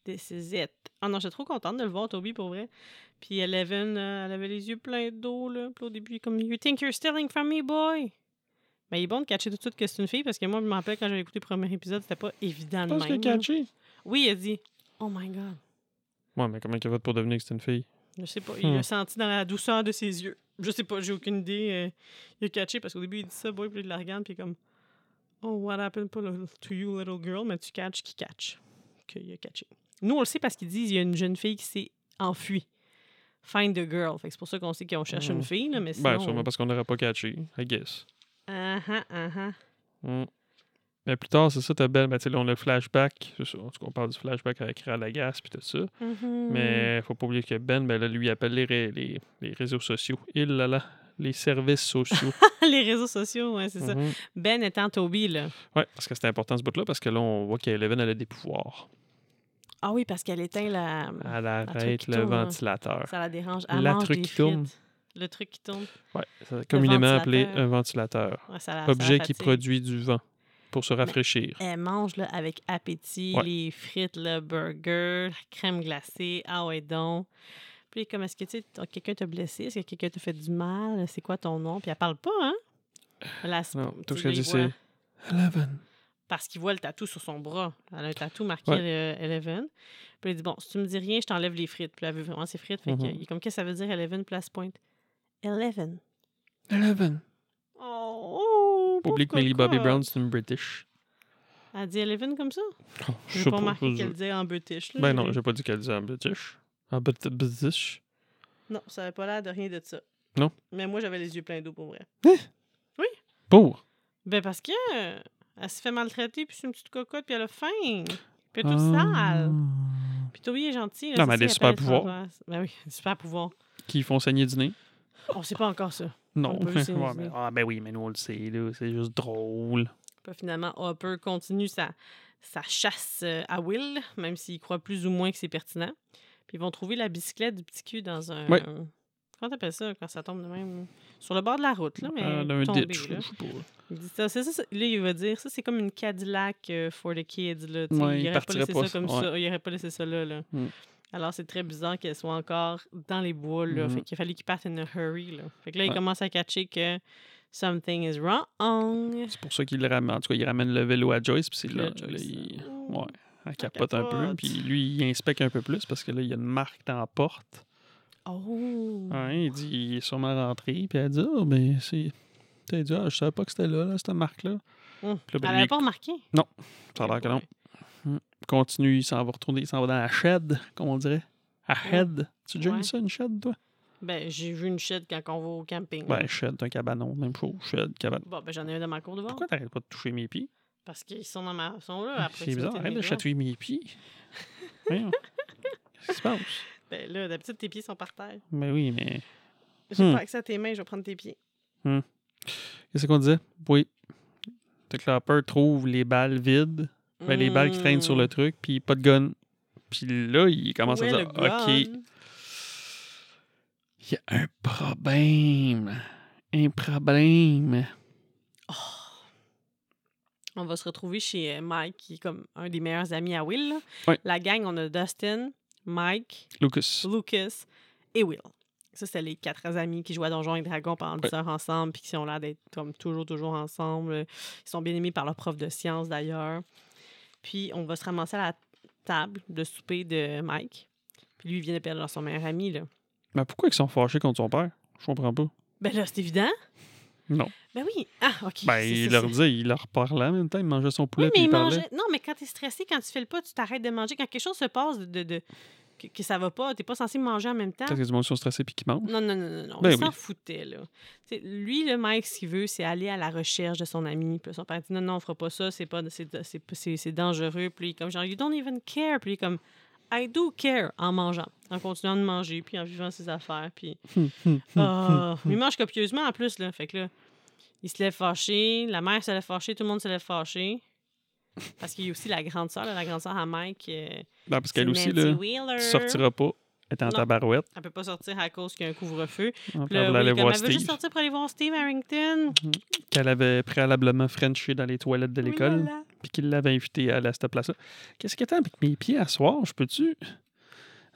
Speaker 3: this is it. Ah non, j'étais trop contente de le voir, Toby, pour vrai. Puis Eleven, euh, elle avait les yeux pleins d'eau, là. Puis au début, il est comme You think you're stealing from me, boy? Mais il est bon de catcher tout de suite que c'est une fille parce que moi, je me rappelle quand j'avais écouté le premier épisode, c'était pas évident
Speaker 4: Je
Speaker 3: de
Speaker 4: pense que
Speaker 3: même. là.
Speaker 4: catché.
Speaker 3: Oui, il a dit Oh my god.
Speaker 4: Ouais, mais comment il a fait pour devenir que c'était une fille?
Speaker 3: Je sais pas. Il
Speaker 4: Hmm.
Speaker 3: l'a senti dans la douceur de ses yeux. Je sais pas, j'ai aucune idée. euh, il a catché parce qu'au début, il dit ça, boy, puis il la regarde, puis il est comme Oh, what happened to little- to you, little girl? Mais tu catches qui catch. Qu'il a catché. Nous, on le sait parce qu'ils disent il y a une jeune fille qui s'est enfuie. Find the girl. Fait que c'est pour ça qu'on sait qu'on cherche
Speaker 4: Hmm.
Speaker 3: une fille, là, mais sinon... euh,
Speaker 4: Ben, sûrement parce qu'on n'aurait pas catché, I guess.
Speaker 3: Ah, ah, ah, ah.
Speaker 4: Mm. Mais plus tard, c'est ça, t'as belle. Ben, tu sais, là, on a le flashback. C'est ça. En tout cas, on parle du flashback avec Radagast puis tout ça.
Speaker 3: Mhm.
Speaker 4: Mais faut pas oublier que Ben, ben là, lui, appelle les, ré- les, les réseaux sociaux. Il là là, les services sociaux.
Speaker 3: (laughs) Les réseaux sociaux, ouais, (laughs) c'est ça.
Speaker 4: Mhm.
Speaker 3: Ben étant Toby, là.
Speaker 4: Ouais, parce que c'est important ce bout-là, parce que là, on voit qu'Eleven, elle a des pouvoirs.
Speaker 3: Ah oui, parce qu'elle éteint la...
Speaker 4: Elle arrête
Speaker 3: truc qui
Speaker 4: le
Speaker 3: tourne, hein.
Speaker 4: ventilateur.
Speaker 3: Ça la dérange. Elle
Speaker 4: Ah. La
Speaker 3: mange
Speaker 4: truc
Speaker 3: des
Speaker 4: qui tourne.
Speaker 3: frites. Le truc qui tourne.
Speaker 4: Ouais, c'est communément appelé
Speaker 3: ventilateur.
Speaker 4: un ventilateur.
Speaker 3: Ouais, ça la- ça la
Speaker 4: Objet qui
Speaker 3: fatigue.
Speaker 4: produit du vent pour se rafraîchir.
Speaker 3: Elle mange là, avec appétit
Speaker 4: Ouais.
Speaker 3: les frites, le burger, la crème glacée, ah ouais donc. Puis comme est-ce que tu sais, t- oh, quelqu'un t'a blessé, est-ce que quelqu'un t'a fait du mal, c'est quoi ton nom, puis elle parle pas hein. La-
Speaker 4: Non,
Speaker 3: tu
Speaker 4: tout
Speaker 3: sais,
Speaker 4: ce qu'elle
Speaker 3: il
Speaker 4: dit,
Speaker 3: voit-
Speaker 4: c'est Eleven.
Speaker 3: parce qu'il voit le tatou sur son bras. Elle a un tatou marqué
Speaker 4: Ouais.
Speaker 3: euh, Eleven. Puis il dit Bon, si tu me dis rien, je t'enlève les frites. Puis elle veut vraiment ses frites. Fait que,
Speaker 4: Mhm.
Speaker 3: il est comme Qu'est-ce que ça veut dire Eleven place pointe Eleven.
Speaker 4: Eleven.
Speaker 3: Oh, pauvre
Speaker 4: Oublie que Millie Bobby
Speaker 3: cocotte.
Speaker 4: Brown, c'est une British.
Speaker 3: Elle dit Eleven comme ça
Speaker 4: Je
Speaker 3: J'ai
Speaker 4: sais
Speaker 3: pas remarqué
Speaker 4: je-
Speaker 3: qu'elle disait en British. là.
Speaker 4: Ben
Speaker 3: J'ai-
Speaker 4: non, j'ai pas dit qu'elle disait en British. En Brit- British.
Speaker 3: Non, ça avait pas l'air de rien de ça.
Speaker 4: Non?
Speaker 3: Mais moi, j'avais les yeux pleins d'eau pour vrai.
Speaker 4: Pour.
Speaker 3: Ben parce que euh, Elle se fait maltraiter, puis c'est une petite cocotte, puis elle a faim. Puis elle est toute sale.
Speaker 4: Euh,
Speaker 3: Puis Toby est gentil. là,
Speaker 4: Ah. Non,
Speaker 3: c'est
Speaker 4: mais elle
Speaker 3: ça,
Speaker 4: a des super
Speaker 3: appelle
Speaker 4: pouvoirs.
Speaker 3: Françoise. Ben oui, des super pouvoir.
Speaker 4: Qui font saigner du nez?
Speaker 3: On sait pas encore ça.
Speaker 4: Non.
Speaker 3: On peut le saigner
Speaker 4: (laughs) Ouais,
Speaker 3: du
Speaker 4: mais-
Speaker 3: nez.
Speaker 4: ah, ben oui, mais nous, on le sait, là. C'est juste drôle.
Speaker 3: Puis finalement, Hopper continue sa, sa chasse euh, à Will, même s'il croit plus ou moins que c'est pertinent. Puis ils vont trouver la bicyclette du petit cul dans un.
Speaker 4: Ouais.
Speaker 3: Comment t'appelles ça quand ça tombe de même? Sur le bord de la route, là, mais.
Speaker 4: Ah, d'un
Speaker 3: tombée,
Speaker 4: ditch,
Speaker 3: là.
Speaker 4: je sais pas.
Speaker 3: Il dit ça, c'est ça, ça. Là, il va dire ça, c'est comme une Cadillac euh, for the kids. Là, tu sais,
Speaker 4: Ouais, il
Speaker 3: il aurait pas
Speaker 4: partirait
Speaker 3: laissé
Speaker 4: pas
Speaker 3: ça
Speaker 4: ça,
Speaker 3: comme
Speaker 4: ouais.
Speaker 3: ça. Il aurait pas laissé ça là. là.
Speaker 4: Mm.
Speaker 3: Alors, c'est très bizarre qu'elle soit encore dans les bois. Là.
Speaker 4: Mhm.
Speaker 3: Fait qu'il a fallu qu'il parte in a hurry. Là. Fait que là, il
Speaker 4: Ouais.
Speaker 3: commence à catcher que something is wrong.
Speaker 4: C'est pour ça qu'il le ramène. En tout cas, il ramène le vélo à Joyce, puis c'est
Speaker 3: Puis
Speaker 4: là,
Speaker 3: là, Joyce,
Speaker 4: là, il...
Speaker 3: euh,
Speaker 4: Ouais, elle capote un peu.
Speaker 3: capote.
Speaker 4: Puis lui, il inspecte un peu plus parce que là, il y a une marque dans la porte.
Speaker 3: Oh!
Speaker 4: Ouais, il dit, il est sûrement rentré. Puis elle dit, ah, ben, c'est. Elle dit, ah, je savais pas que c'était là, là, cette marque-là.
Speaker 3: Mm.
Speaker 4: Puis là, ben,
Speaker 3: Elle
Speaker 4: lui,
Speaker 3: n'avait pas remarqué.
Speaker 4: Ça a l'air que non. Continue, il s'en va retourner, il s'en va dans la shed, comme on dirait. À head. Tu as déjà
Speaker 3: Ouais.
Speaker 4: mis ça, une shed, toi?
Speaker 3: Ben, j'ai vu une chute quand on va au camping.
Speaker 4: Ben, shed, un cabanon, même chose. Shed, cabanon.
Speaker 3: Bon, ben, j'en ai un dans ma cour de bord.
Speaker 4: Pourquoi t'arrêtes pas de toucher mes pieds?
Speaker 3: Parce qu'ils sont dans ma. ils sont là Ah, après.
Speaker 4: C'est bizarre, arrête de chatouiller
Speaker 3: (laughs)
Speaker 4: mes pieds. Voyons. Qu'est-ce qui se passe?
Speaker 3: Ben, là, d'habitude, tes pieds sont par terre.
Speaker 4: Ben oui, mais.
Speaker 3: J'ai
Speaker 4: Hmm.
Speaker 3: pas accès à tes mains, je vais prendre tes pieds.
Speaker 4: Qu'est-ce qu'on disait? Oui. Le clapper trouve les balles vides, ben, les balles qui traînent sur
Speaker 3: Hmm.
Speaker 4: le truc, puis pas de gun. Puis là, il commence
Speaker 3: Où
Speaker 4: à
Speaker 3: est
Speaker 4: dire
Speaker 3: le
Speaker 4: OK,
Speaker 3: gun?
Speaker 4: il y a un problème. Un problème.
Speaker 3: On va se retrouver chez euh, Mike, qui est comme un des meilleurs amis à Will. là.
Speaker 4: Ouais.
Speaker 3: La gang, on a Dustin, Mike,
Speaker 4: Lucas.
Speaker 3: Lucas et Will. Ça, c'était les quatre amis qui jouent à Donjons et Dragons pendant 10 heures ensemble, puis qui ont l'air d'être comme toujours, toujours ensemble. Ils sont bien aimés par leur prof de sciences, d'ailleurs. Puis, on va se ramasser à la table de souper de Mike. Puis, lui, il vient de perdre son meilleur ami, là.
Speaker 4: Mais pourquoi ils sont fâchés contre son père? Je comprends pas.
Speaker 3: Ben là, c'est évident.
Speaker 4: Non.
Speaker 3: Ben oui. Ah, OK.
Speaker 4: Ben,
Speaker 3: c'est
Speaker 4: il
Speaker 3: ça,
Speaker 4: leur
Speaker 3: c'est-
Speaker 4: disait, il leur parlait en même temps, il mangeait son poulet
Speaker 3: Oui,
Speaker 4: puis
Speaker 3: mais
Speaker 4: il
Speaker 3: il
Speaker 4: parlait.
Speaker 3: mangeait. Non, mais quand t'es stressé, quand tu fais le pas, tu t'arrêtes de manger. Quand quelque chose se passe de, de- de- que, que ça va pas, t'es pas censé manger en même temps.
Speaker 4: Peut-être que du monde sont stressés puis qui mangent.
Speaker 3: Non, non, non, non, non.
Speaker 4: Ben
Speaker 3: il s'en
Speaker 4: oui.
Speaker 3: foutait, là. T'sais, lui, le Mike, ce qu'il veut, c'est aller à la recherche de son ami. Puis là, son père dit non, non, on fera pas ça, c'est pas c'est, c'est, c'est- c'est dangereux. Puis il est comme genre, you don't even care. Puis il est comme, I do care en mangeant, en continuant de manger, puis en vivant ses affaires.
Speaker 4: (laughs)
Speaker 3: Puis. Ah, mais il mange copieusement en plus, là. Fait que là, il se lève fâché, la mère se lève fâchée, tout le monde se lève fâché. Parce qu'il y a aussi la grande sœur, là, la grande sœur à Mike. euh,
Speaker 4: Non, Ben, parce
Speaker 3: c'est
Speaker 4: qu'elle aussi,
Speaker 3: Nancy
Speaker 4: là,
Speaker 3: Wheeler.
Speaker 4: tu sortiras pas, elle est en
Speaker 3: Non.
Speaker 4: tabarouette. hein,
Speaker 3: Elle peut pas sortir à cause qu'il y a un couvre-feu.
Speaker 4: Elle
Speaker 3: Puis là,
Speaker 4: voulait
Speaker 3: Ben oui,
Speaker 4: aller
Speaker 3: comme
Speaker 4: voir
Speaker 3: elle veut
Speaker 4: Steve,
Speaker 3: juste sortir pour aller voir Steve Harrington.
Speaker 4: qu'elle avait préalablement frenché dans les toilettes de
Speaker 3: Oui,
Speaker 4: l'école,
Speaker 3: là, là.
Speaker 4: puis qu'il l'avait invité à aller à cette place-là. Qu'est-ce que t'as avec mes pieds à soir? Je peux-tu?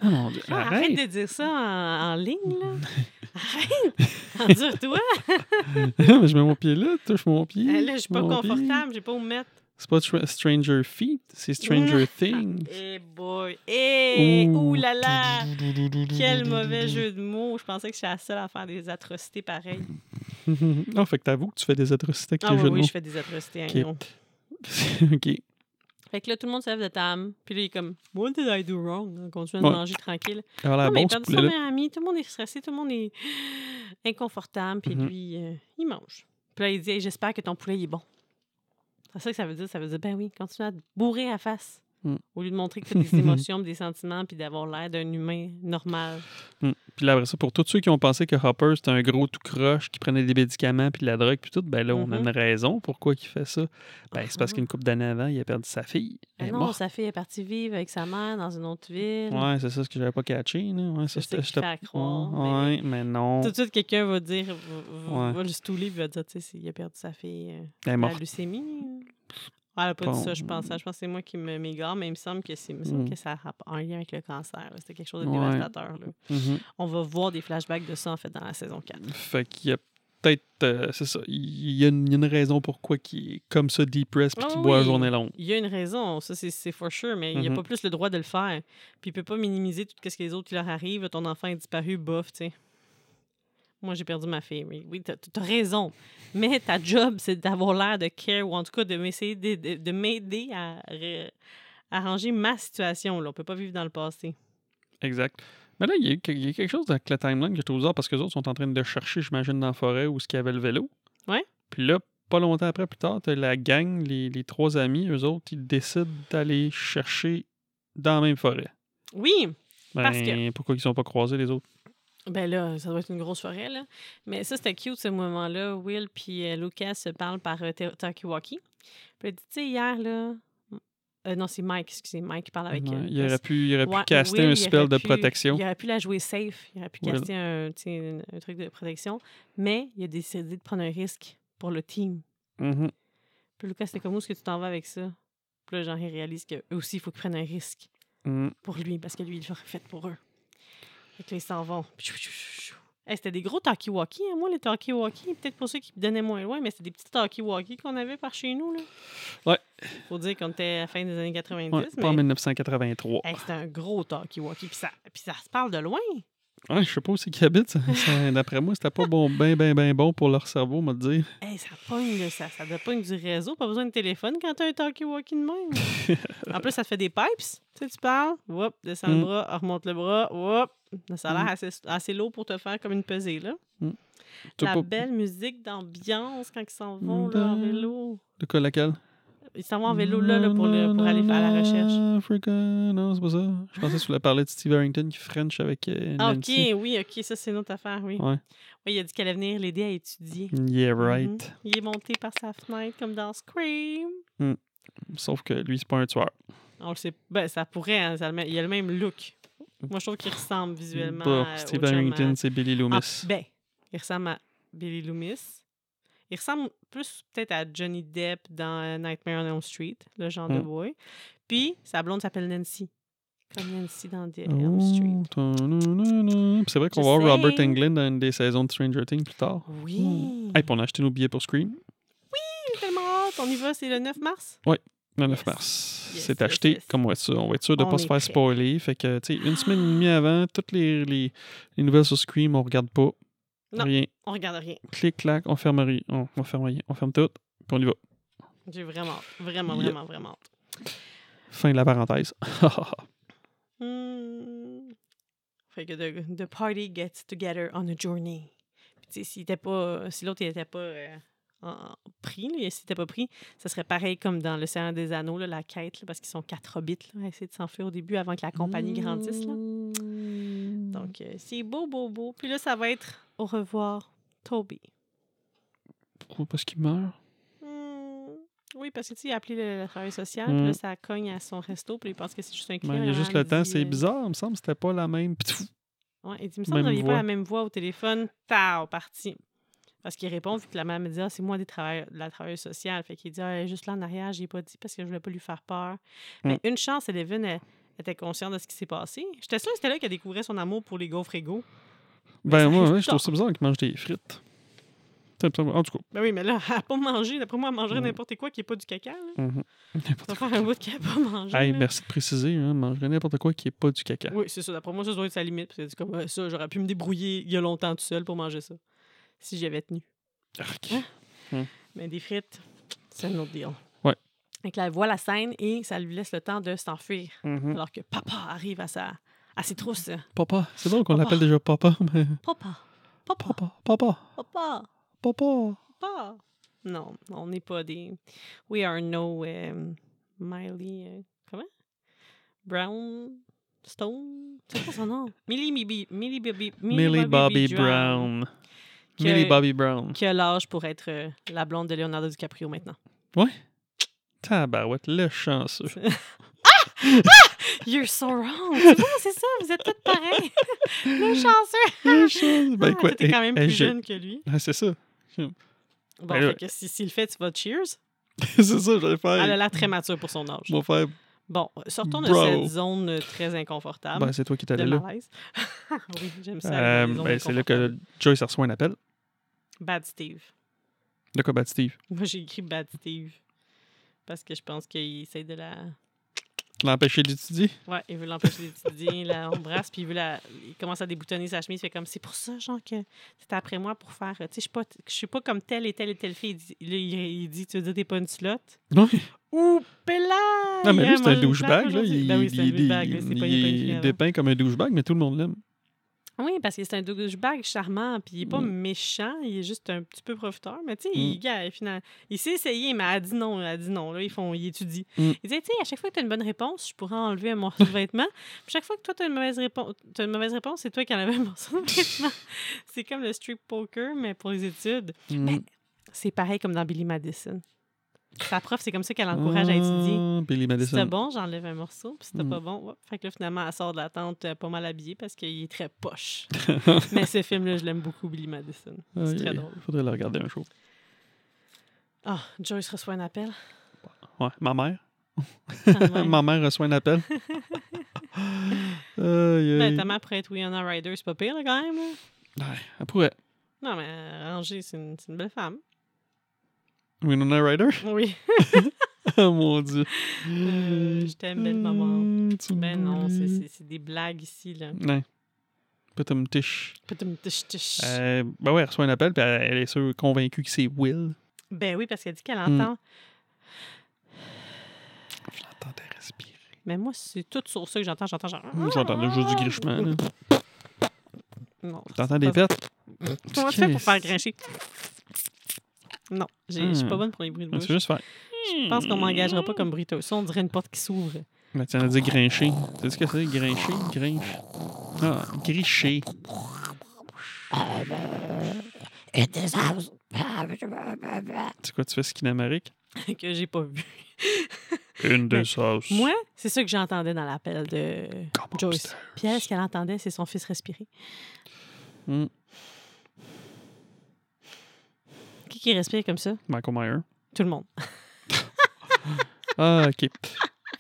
Speaker 4: Ah, mon Dieu,
Speaker 3: Ah, (laughs) arrête.
Speaker 4: arrête!
Speaker 3: de dire ça en, en ligne,
Speaker 4: (laughs)
Speaker 3: là. Arrête! En toi
Speaker 4: (laughs) je mets mon pied là, touche (laughs) mon pied.
Speaker 3: Euh, Là, je suis pas
Speaker 4: mon pied.
Speaker 3: confortable, j'ai pas où me mettre.
Speaker 4: C'est pas Tra- Stranger Feet, c'est Stranger Things.
Speaker 3: Eh boy! Eh!
Speaker 4: Ouh.
Speaker 3: Ouh là là!
Speaker 4: (laughs)
Speaker 3: Quel mauvais jeu de mots! Je pensais que j'étais la seule à faire des atrocités pareilles.
Speaker 4: (laughs) non, fait que t'avoues que tu fais des atrocités avec
Speaker 3: Ah
Speaker 4: les
Speaker 3: oui,
Speaker 4: jeux de
Speaker 3: oui,
Speaker 4: mots.
Speaker 3: je fais des atrocités. hein, non.
Speaker 4: (laughs) ok.
Speaker 3: Fait que là, tout le monde se lève de table. Puis là, il est comme, What did I do wrong? On continue de
Speaker 4: Ouais.
Speaker 3: manger tranquille.
Speaker 4: Elle a l'air
Speaker 3: non, mais il
Speaker 4: Ah bon, ce
Speaker 3: perd son
Speaker 4: poulet-là.
Speaker 3: meilleur ami, tout le monde est stressé, tout le monde est inconfortable, puis
Speaker 4: Mhm.
Speaker 3: lui, euh, il mange. Puis là, il dit Hey, J'espère que ton poulet il est bon. C'est ça que ça veut dire. Ça veut dire Ben oui, continue à te bourrer à face.
Speaker 4: Mm.
Speaker 3: Au lieu de montrer que tu as
Speaker 4: (laughs)
Speaker 3: des émotions, puis des sentiments, puis d'avoir l'air d'un humain normal.
Speaker 4: Mm. Puis là, après ça, pour tous ceux qui ont pensé que Hopper, c'était un gros tout croche qui prenait des médicaments puis de la drogue puis tout, ben là, on a
Speaker 3: Mhm.
Speaker 4: une raison pourquoi il fait ça. Ben, c'est parce qu'une couple d'années avant, il a perdu sa fille. Elle
Speaker 3: Ah
Speaker 4: est
Speaker 3: Mm-hmm. non,
Speaker 4: morte.
Speaker 3: sa fille est partie vivre avec sa mère dans une autre ville.
Speaker 4: Ouais, c'est ça ce que j'avais pas catché. Là. Ouais,
Speaker 3: C'est ça
Speaker 4: ça, c'était-
Speaker 3: qui fait
Speaker 4: j'étais-
Speaker 3: à croire,
Speaker 4: Ouais,
Speaker 3: mais-
Speaker 4: ouais, mais non.
Speaker 3: Tout de suite, quelqu'un va dire, va, va-
Speaker 4: Ouais.
Speaker 3: va le stouler, puis va dire, tu sais, il a perdu sa fille. euh,
Speaker 4: Elle est
Speaker 3: La
Speaker 4: morte.
Speaker 3: leucémie. euh. Ah, elle n'a pas dit
Speaker 4: Bon.
Speaker 3: ça, je pense. Je pense que c'est moi qui me m'égare, mais il me semble que c'est il me semble
Speaker 4: Mm.
Speaker 3: que ça a rap- un lien avec le cancer. là. C'était quelque chose de
Speaker 4: Ouais.
Speaker 3: dévastateur. là.
Speaker 4: Mhm.
Speaker 3: On va voir des flashbacks de ça, en fait, dans la saison 4.
Speaker 4: Fait qu'il y a peut-être. euh, c'est ça. Il y, a une, il y a une raison pourquoi il est comme ça depressed puis
Speaker 3: Ah
Speaker 4: qu'il boit la
Speaker 3: oui.
Speaker 4: journée longue.
Speaker 3: Il y a une raison, ça c'est- c'est for sure, mais il n'a
Speaker 4: Mhm.
Speaker 3: pas plus le droit de le faire. Puis il peut pas minimiser tout ce que les autres qui leur arrive. Ton enfant est disparu, bof, tu sais. Moi, j'ai perdu ma fille. Oui, oui, t'as as raison. Mais ta job, c'est d'avoir l'air de care ou en tout cas de m'essayer de, de- de m'aider à ré- arranger ma situation. Là. On peut pas vivre dans le passé.
Speaker 4: Exact. Mais là, il y, a eu que- il y a quelque chose avec la timeline que je trouve bizarre parce que les autres sont en train de chercher, j'imagine, dans la forêt où ce qu'il y avait le vélo.
Speaker 3: Ouais.
Speaker 4: Puis là, pas longtemps après, plus tard, t'as la gang, les, les trois amis, eux autres, ils décident d'aller chercher dans la même forêt.
Speaker 3: Oui,
Speaker 4: Ben,
Speaker 3: Parce que-
Speaker 4: Pourquoi ils sont pas croisés, les autres?
Speaker 3: Ben là, ça doit être une grosse forêt, là. Mais ça, c'était cute, ce moment-là. Will puis euh, Lucas se parlent par euh, Te- Talkie-Walkie. Puis il dit, tu sais, hier, là... euh, non, c'est Mike, excusez, Mike qui parle avec...
Speaker 4: Ouais,
Speaker 3: euh,
Speaker 4: il aurait
Speaker 3: Lucas.
Speaker 4: pu, il aurait pu
Speaker 3: Ouais,
Speaker 4: caster
Speaker 3: Will,
Speaker 4: un
Speaker 3: il
Speaker 4: spell
Speaker 3: aurait
Speaker 4: de
Speaker 3: pu-
Speaker 4: protection.
Speaker 3: Il aurait pu la jouer safe. Il aurait pu
Speaker 4: Will.
Speaker 3: caster un, tu sais, un- un truc de protection. Mais il a décidé de prendre un risque pour le team.
Speaker 4: Mhm.
Speaker 3: Puis Lucas, c'était comme où est-ce que tu t'en vas avec ça? Puis là, genre, il réalise qu'eux aussi, il faut qu'ils prennent un risque
Speaker 4: Mhm.
Speaker 3: pour lui, parce que lui, il l'aurait fait pour eux. Fait que là, ils s'en vont. Pchou, pchou, pchou, pchou. Hey, c'était des gros talkie-walkie, hein, moi, les talkie-walkie. Peut-être pour ceux qui me donnaient moins loin, mais c'était des petits talkie-walkie qu'on avait par chez nous. Là.
Speaker 4: Ouais.
Speaker 3: Faut dire qu'on était à la fin des années 90,
Speaker 4: Ouais,
Speaker 3: mais
Speaker 4: Pas en 1983.
Speaker 3: hey, c'était un gros talkie-walkie. Puis ça, puis ça se parle de loin.
Speaker 4: Ouais, je sais pas où c'est qu'ils habitent. ça-
Speaker 3: (laughs)
Speaker 4: ça- D'après moi, c'était pas bon, ben, ben, ben bon pour leur cerveau, on va te dire.
Speaker 3: Hey, ça pogne, là, ça, ça te pogne du réseau. Pas besoin de téléphone quand t'as un talkie-walkie de même.
Speaker 4: (laughs)
Speaker 3: en plus, ça te fait des pipes. Tu sais, tu parles, whoop, descends
Speaker 4: Mm.
Speaker 3: le bras, remonte le bras, whoop. Ça a l'air
Speaker 4: Mm.
Speaker 3: assez, assez lourd pour te faire comme une pesée, là.
Speaker 4: T'as
Speaker 3: La
Speaker 4: pas-
Speaker 3: belle musique d'ambiance quand ils s'en vont, là, en
Speaker 4: Ben-
Speaker 3: vélo.
Speaker 4: De quoi, laquelle?
Speaker 3: Ils s'en vont en vélo, là, là, pour, le- pour aller faire la recherche.
Speaker 4: Africa, non, c'est pas ça. Je pensais que tu voulais parler de Steve Harrington qui French avec euh,
Speaker 3: Ah, ok,
Speaker 4: Nancy.
Speaker 3: oui, ok, ça, c'est une autre affaire, oui.
Speaker 4: Ouais.
Speaker 3: Oui, il a dit qu'elle allait venir l'aider à étudier.
Speaker 4: Yeah, right.
Speaker 3: Mhm. Il est monté par sa fenêtre comme dans Scream.
Speaker 4: Sauf que lui, c'est pas un tueur.
Speaker 3: On le sait. Ben, ça pourrait. hein, ça a le même- il a le même look. Moi, je trouve qu'il ressemble visuellement. euh,
Speaker 4: Bah,
Speaker 3: à-
Speaker 4: Steve
Speaker 3: au chum à-
Speaker 4: Harrington, c'est Billy
Speaker 3: Ah,
Speaker 4: Loomis.
Speaker 3: ben, il ressemble à Billy Loomis. Il ressemble plus peut-être à Johnny Depp dans euh, Nightmare on Elm Street, le genre de
Speaker 4: Mm.
Speaker 3: boy. Puis, sa blonde s'appelle Nancy. Comme Nancy dans The Elm Street.
Speaker 4: Oh, ta-na-na-na. Puis C'est vrai qu'on
Speaker 3: Je
Speaker 4: va voir Robert
Speaker 3: sais.
Speaker 4: Englund dans une des saisons de Stranger Things plus tard.
Speaker 3: Oui.
Speaker 4: Hey, puis on a acheté nos billets pour Scream
Speaker 3: J'ai Hmm. tellement hâte. On y va, c'est le 9 mars.
Speaker 4: le 9
Speaker 3: Yes.
Speaker 4: mars.
Speaker 3: Yes,
Speaker 4: c'est
Speaker 3: yes,
Speaker 4: acheté,
Speaker 3: yes.
Speaker 4: comme on va être sûr. On va être sûr de ne
Speaker 3: On
Speaker 4: pas se
Speaker 3: est
Speaker 4: faire
Speaker 3: prêt.
Speaker 4: spoiler. Fait que, tu sais, une semaine et demie avant, toutes les, les, les nouvelles sur Scream, on regarde pas.
Speaker 3: Non.
Speaker 4: Rien.
Speaker 3: On regarde rien.
Speaker 4: Clic, clac, on ferme rien. On, on ferme rien. On ferme tout. Puis on y va.
Speaker 3: J'ai vraiment hâte. Vraiment,
Speaker 4: Yeah.
Speaker 3: vraiment, vraiment hâte.
Speaker 4: Fin de la parenthèse. (laughs)
Speaker 3: Hmm. Fait que the, the party gets together on a journey. Puis tu sais, s'il était pas, si l'autre n'était pas euh, en- pris, là, s'il n'était pas pris, ça serait pareil comme dans Le Seigneur des Anneaux, là, la quête, là, parce qu'ils sont quatre hobbits là, à essayer de s'enfuir au début avant que la compagnie
Speaker 4: Mmh.
Speaker 3: grandisse. là. Donc, euh, c'est beau, beau, beau. Puis là, ça va être au revoir, Toby.
Speaker 4: Pourquoi? Parce qu'il meurt.
Speaker 3: Hmm. Oui, parce que tu sais, il a appelé le, le travail social, puis
Speaker 4: Mm.
Speaker 3: là, ça cogne à son resto, puis il pense que c'est juste un
Speaker 4: Ben,
Speaker 3: client.
Speaker 4: il y a juste le
Speaker 3: il
Speaker 4: temps.
Speaker 3: dit,
Speaker 4: C'est
Speaker 3: euh,
Speaker 4: bizarre. Il me semble que c'était pas la même. Puis tout.
Speaker 3: Ouais, il dit, me semble que vous
Speaker 4: Même
Speaker 3: n'aviez pas
Speaker 4: voix.
Speaker 3: la même voix au téléphone. Tao, parti. Parce qu'il répond, vu que la maman me dit, ah, c'est moi des travailleurs- de la travailleuse sociale. Fait qu'il dit, Ah, elle est juste là en arrière, j'ai pas dit parce que je voulais pas lui faire peur. Mais
Speaker 4: Mm.
Speaker 3: une chance, elle est venue, elle était consciente de ce qui s'est passé. J'étais sûre que c'était là qu'elle découvrait son amour pour les gaufres égaux.
Speaker 4: Ben,
Speaker 3: ça
Speaker 4: moi,
Speaker 3: arrive
Speaker 4: ouais, je trouve
Speaker 3: tard.
Speaker 4: ça bizarre qu'il mange des frites. Tu sais, En tout cas,
Speaker 3: Ben oui, mais là, elle a pas mangé. D'après moi, elle mangerait
Speaker 4: Mm.
Speaker 3: n'importe quoi qui est pas du caca. Là.
Speaker 4: mhm.
Speaker 3: Ça va faire un bout qu'elle a pas mangé.
Speaker 4: Hey,
Speaker 3: là.
Speaker 4: merci de préciser. Hein, mangerait n'importe quoi qui est pas du caca.
Speaker 3: Oui, c'est ça. D'après moi, ça doit être sa limite. Parce que c'est comme, Ah, ça, j'aurais pu me débrouiller il y a longtemps tout seul pour manger ça. Si j'y avais tenu.
Speaker 4: Arc.
Speaker 3: Mais des frites, c'est un autre deal.
Speaker 4: Ouais.
Speaker 3: Donc là, elle voit la scène et ça lui laisse le temps de s'enfuir.
Speaker 4: Mhm.
Speaker 3: Alors que papa arrive à, sa, à ses trousses.
Speaker 4: Papa. C'est drôle qu'on
Speaker 3: Papa.
Speaker 4: l'appelle déjà papa, mais.
Speaker 3: Papa, papa,
Speaker 4: Papa, papa,
Speaker 3: papa,
Speaker 4: papa.
Speaker 3: papa. Non, on n'est pas des. We are no euh, Miley. euh, comment? Brown. Stone? C'est quoi son nom? (laughs) Millie, Bibi- Millie, Bobby,
Speaker 4: Millie Bobby Brown.
Speaker 3: Que-
Speaker 4: Millie Bobby Brown.
Speaker 3: Qui a l'âge pour être euh, la blonde de Leonardo DiCaprio maintenant.
Speaker 4: Tabarouette, le chanceux.
Speaker 3: You're so wrong! (laughs) C'est bon, c'est ça, vous êtes toutes pareilles!
Speaker 4: (laughs)
Speaker 3: Le chanceux!
Speaker 4: Le chanceux. Ben
Speaker 3: Ah,
Speaker 4: quoi,
Speaker 3: toi, t'es quand même
Speaker 4: eh, eh,
Speaker 3: plus
Speaker 4: j'ai-
Speaker 3: jeune que lui.
Speaker 4: Ah, c'est ça. (laughs)
Speaker 3: Bon,
Speaker 4: Ben
Speaker 3: fait
Speaker 4: là-
Speaker 3: que si- s'il le fait, tu vas cheers.
Speaker 4: c'est ça, j'allais faire.
Speaker 3: Elle a l'air très mature pour son âge.
Speaker 4: Je vais faire.
Speaker 3: Bon, sortons de
Speaker 4: Bro.
Speaker 3: cette zone euh, très inconfortable
Speaker 4: Ben, c'est toi qui t'allais
Speaker 3: de
Speaker 4: là.
Speaker 3: malaise. (laughs) oui, j'aime ça.
Speaker 4: Euh,
Speaker 3: les zones
Speaker 4: ben, c'est là
Speaker 3: inconfortables.
Speaker 4: que Joyce reçoit un appel.
Speaker 3: Bad Steve.
Speaker 4: De quoi, Bad Steve
Speaker 3: Moi, j'ai écrit Bad Steve. Parce que je pense qu'il essaie de la...
Speaker 4: Tu l'as empêché d'étudier
Speaker 3: Ouais, il veut l'empêcher
Speaker 4: (laughs)
Speaker 3: d'étudier, il la embrasse, puis il veut la... Il commence à déboutonner sa chemise, fait comme, c'est pour ça, genre, que c'était après moi pour faire... euh, Tu sais, je suis pas- je suis pas comme telle et telle et telle fille. Il dit, là, il- il dit tu veux dire t'es pas une slot?
Speaker 4: Non.
Speaker 3: Ouh, là!
Speaker 4: Non, mais lui, c'est un
Speaker 3: douche
Speaker 4: douchebag. là.
Speaker 3: Ben oui, c'est un douchebag. là, c'est pas- il est pas une
Speaker 4: Il
Speaker 3: fille
Speaker 4: est
Speaker 3: avant.
Speaker 4: dépeint comme un douchebag, mais tout le monde l'aime.
Speaker 3: Oui, parce que c'est un douchebag charmant, puis il est pas
Speaker 4: Mm.
Speaker 3: méchant, il est juste un petit peu profiteur. Mais tu sais, il, gars, finalement, il s'est essayé, mais elle a dit non, elle a dit non. Là, ils font, ils étudient.
Speaker 4: Mm.
Speaker 3: Il disait, tu sais, à chaque fois que tu as une bonne réponse, je pourrais enlever un
Speaker 4: (laughs)
Speaker 3: morceau de vêtement. Puis chaque fois que toi, tu as une mauvaise réponse, t'as une mauvaise réponse, c'est toi qui enlèves un morceau de vêtement. (laughs) c'est comme le strip poker, mais pour les études.
Speaker 4: Mm.
Speaker 3: C'est pareil comme dans Billy Madison. Sa prof, c'est comme ça qu'elle encourage à étudier.
Speaker 4: Ah,
Speaker 3: Si
Speaker 4: Billy
Speaker 3: c'était
Speaker 4: Madison.
Speaker 3: bon, j'enlève un morceau. Puis si c'était
Speaker 4: Mm.
Speaker 3: pas bon, hop. fait que là, finalement, elle sort de la tente euh, pas mal habillée parce qu'il est très
Speaker 4: (laughs)
Speaker 3: poche. Mais ce film-là, je l'aime beaucoup, Billy Madison. C'est
Speaker 4: Aïe,
Speaker 3: très
Speaker 4: aïe.
Speaker 3: drôle.
Speaker 4: Faudrait le regarder un jour.
Speaker 3: Ah, Joyce reçoit un appel.
Speaker 4: (laughs) Ouais, ma mère.
Speaker 3: Ta mère.
Speaker 4: ma mère reçoit
Speaker 3: (laughs)
Speaker 4: un appel. Aïe,
Speaker 3: Ben,
Speaker 4: aïe.
Speaker 3: ta mère pourrait être Winona Ryder, c'est pas pire, là, quand même. là.
Speaker 4: Ouais, elle pourrait.
Speaker 3: Non, mais euh, Angers, c'est une, c'est une belle femme.
Speaker 4: Winona Ryder? (laughs)
Speaker 3: Oui,
Speaker 4: oh mon dieu.
Speaker 3: Euh, je t'aime, belle maman.
Speaker 4: Hum, tu me
Speaker 3: Ben non, c'est-
Speaker 4: brûles.
Speaker 3: c'est c'est des blagues ici, là.
Speaker 4: Ouais. Peut me tiche.
Speaker 3: Putum, tch, tch.
Speaker 4: Euh, ben ouais, elle reçoit un appel, puis elle, elle est sûre, convaincue que c'est Will.
Speaker 3: Ben oui, parce qu'elle dit qu'elle
Speaker 4: Mm.
Speaker 3: entend.
Speaker 4: Je l'entendais respirer.
Speaker 3: Mais moi, c'est tout sur ça que j'entends. J'entends genre. ah!
Speaker 4: Hum, J'entendais juste du grichement. là.
Speaker 3: Non, c'est
Speaker 4: T'entends des
Speaker 3: pas-
Speaker 4: pertes?
Speaker 3: Comment tu fais pour faire grincher? Non, j'ai- je suis pas
Speaker 4: Hmm.
Speaker 3: bonne pour les bruits de
Speaker 4: Tu
Speaker 3: bouche.
Speaker 4: veux juste faire.
Speaker 3: Je pense qu'on m'engagera pas comme bruiteuse. Ça, on dirait une porte qui
Speaker 4: (laughs)
Speaker 3: s'ouvre.
Speaker 4: Mais tu en as dit grincher. Tu sais ce que c'est? Grincher? Grinche. Ah, gricher. C'est quoi, tu fais ce kinamarique?
Speaker 3: que j'ai pas vu.
Speaker 4: Une
Speaker 3: Mais
Speaker 4: des sauces.
Speaker 3: Ben, Moi, c'est ça que j'entendais dans l'appel de
Speaker 4: Come
Speaker 3: Joyce.
Speaker 4: upstairs.
Speaker 3: Puis elle, ce qu'elle entendait, c'est son fils respirer.
Speaker 4: Hmm.
Speaker 3: Qui qui respire comme ça?
Speaker 4: Michael Myers.
Speaker 3: Tout le monde.
Speaker 4: Ah, OK.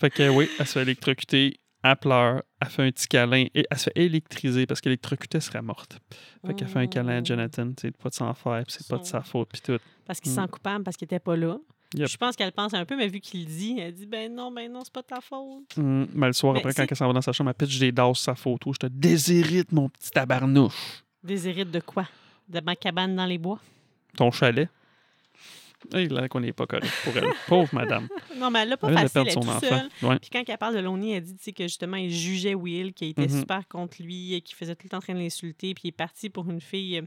Speaker 4: Fait que oui, elle se fait électrocuter, elle pleure, elle fait un petit câlin et elle se fait électriser parce qu'électrocutée serait morte. Fait qu'elle fait un câlin à
Speaker 3: Hmm.
Speaker 4: Jonathan, c'est pas de s'en faire, puis c'est pas de sa faute, puis tout.
Speaker 3: Parce qu'il
Speaker 4: Mm.
Speaker 3: se sent coupable parce qu'il était pas là.
Speaker 4: Yep.
Speaker 3: Je pense qu'elle pense un peu, mais vu qu'il le dit, elle dit Ben non, ben non, c'est pas de ta faute.
Speaker 4: Hmm, mais le soir,
Speaker 3: Mais
Speaker 4: après,
Speaker 3: c'est-
Speaker 4: quand elle s'en va dans sa chambre, elle pitch des dasses sa photo. Je te déshérite, mon petit tabarnouche.
Speaker 3: Déshérite de quoi De ma cabane dans les bois.
Speaker 4: Ton chalet. Et là qu'on n'est pas correct pour
Speaker 3: (laughs)
Speaker 4: elle. Pauvre madame.
Speaker 3: Non, mais elle l'a pas
Speaker 4: Elle vient de
Speaker 3: facile, elle
Speaker 4: perdre
Speaker 3: est
Speaker 4: son
Speaker 3: toute
Speaker 4: enfant.
Speaker 3: seule.
Speaker 4: Ouais.
Speaker 3: Puis quand elle parle de Lonnie, elle dit tu sais, que justement, il jugeait Will, qu'il était
Speaker 4: Mhm.
Speaker 3: super contre lui, et qu'il faisait tout le temps en train de l'insulter, puis il est parti pour une fille euh,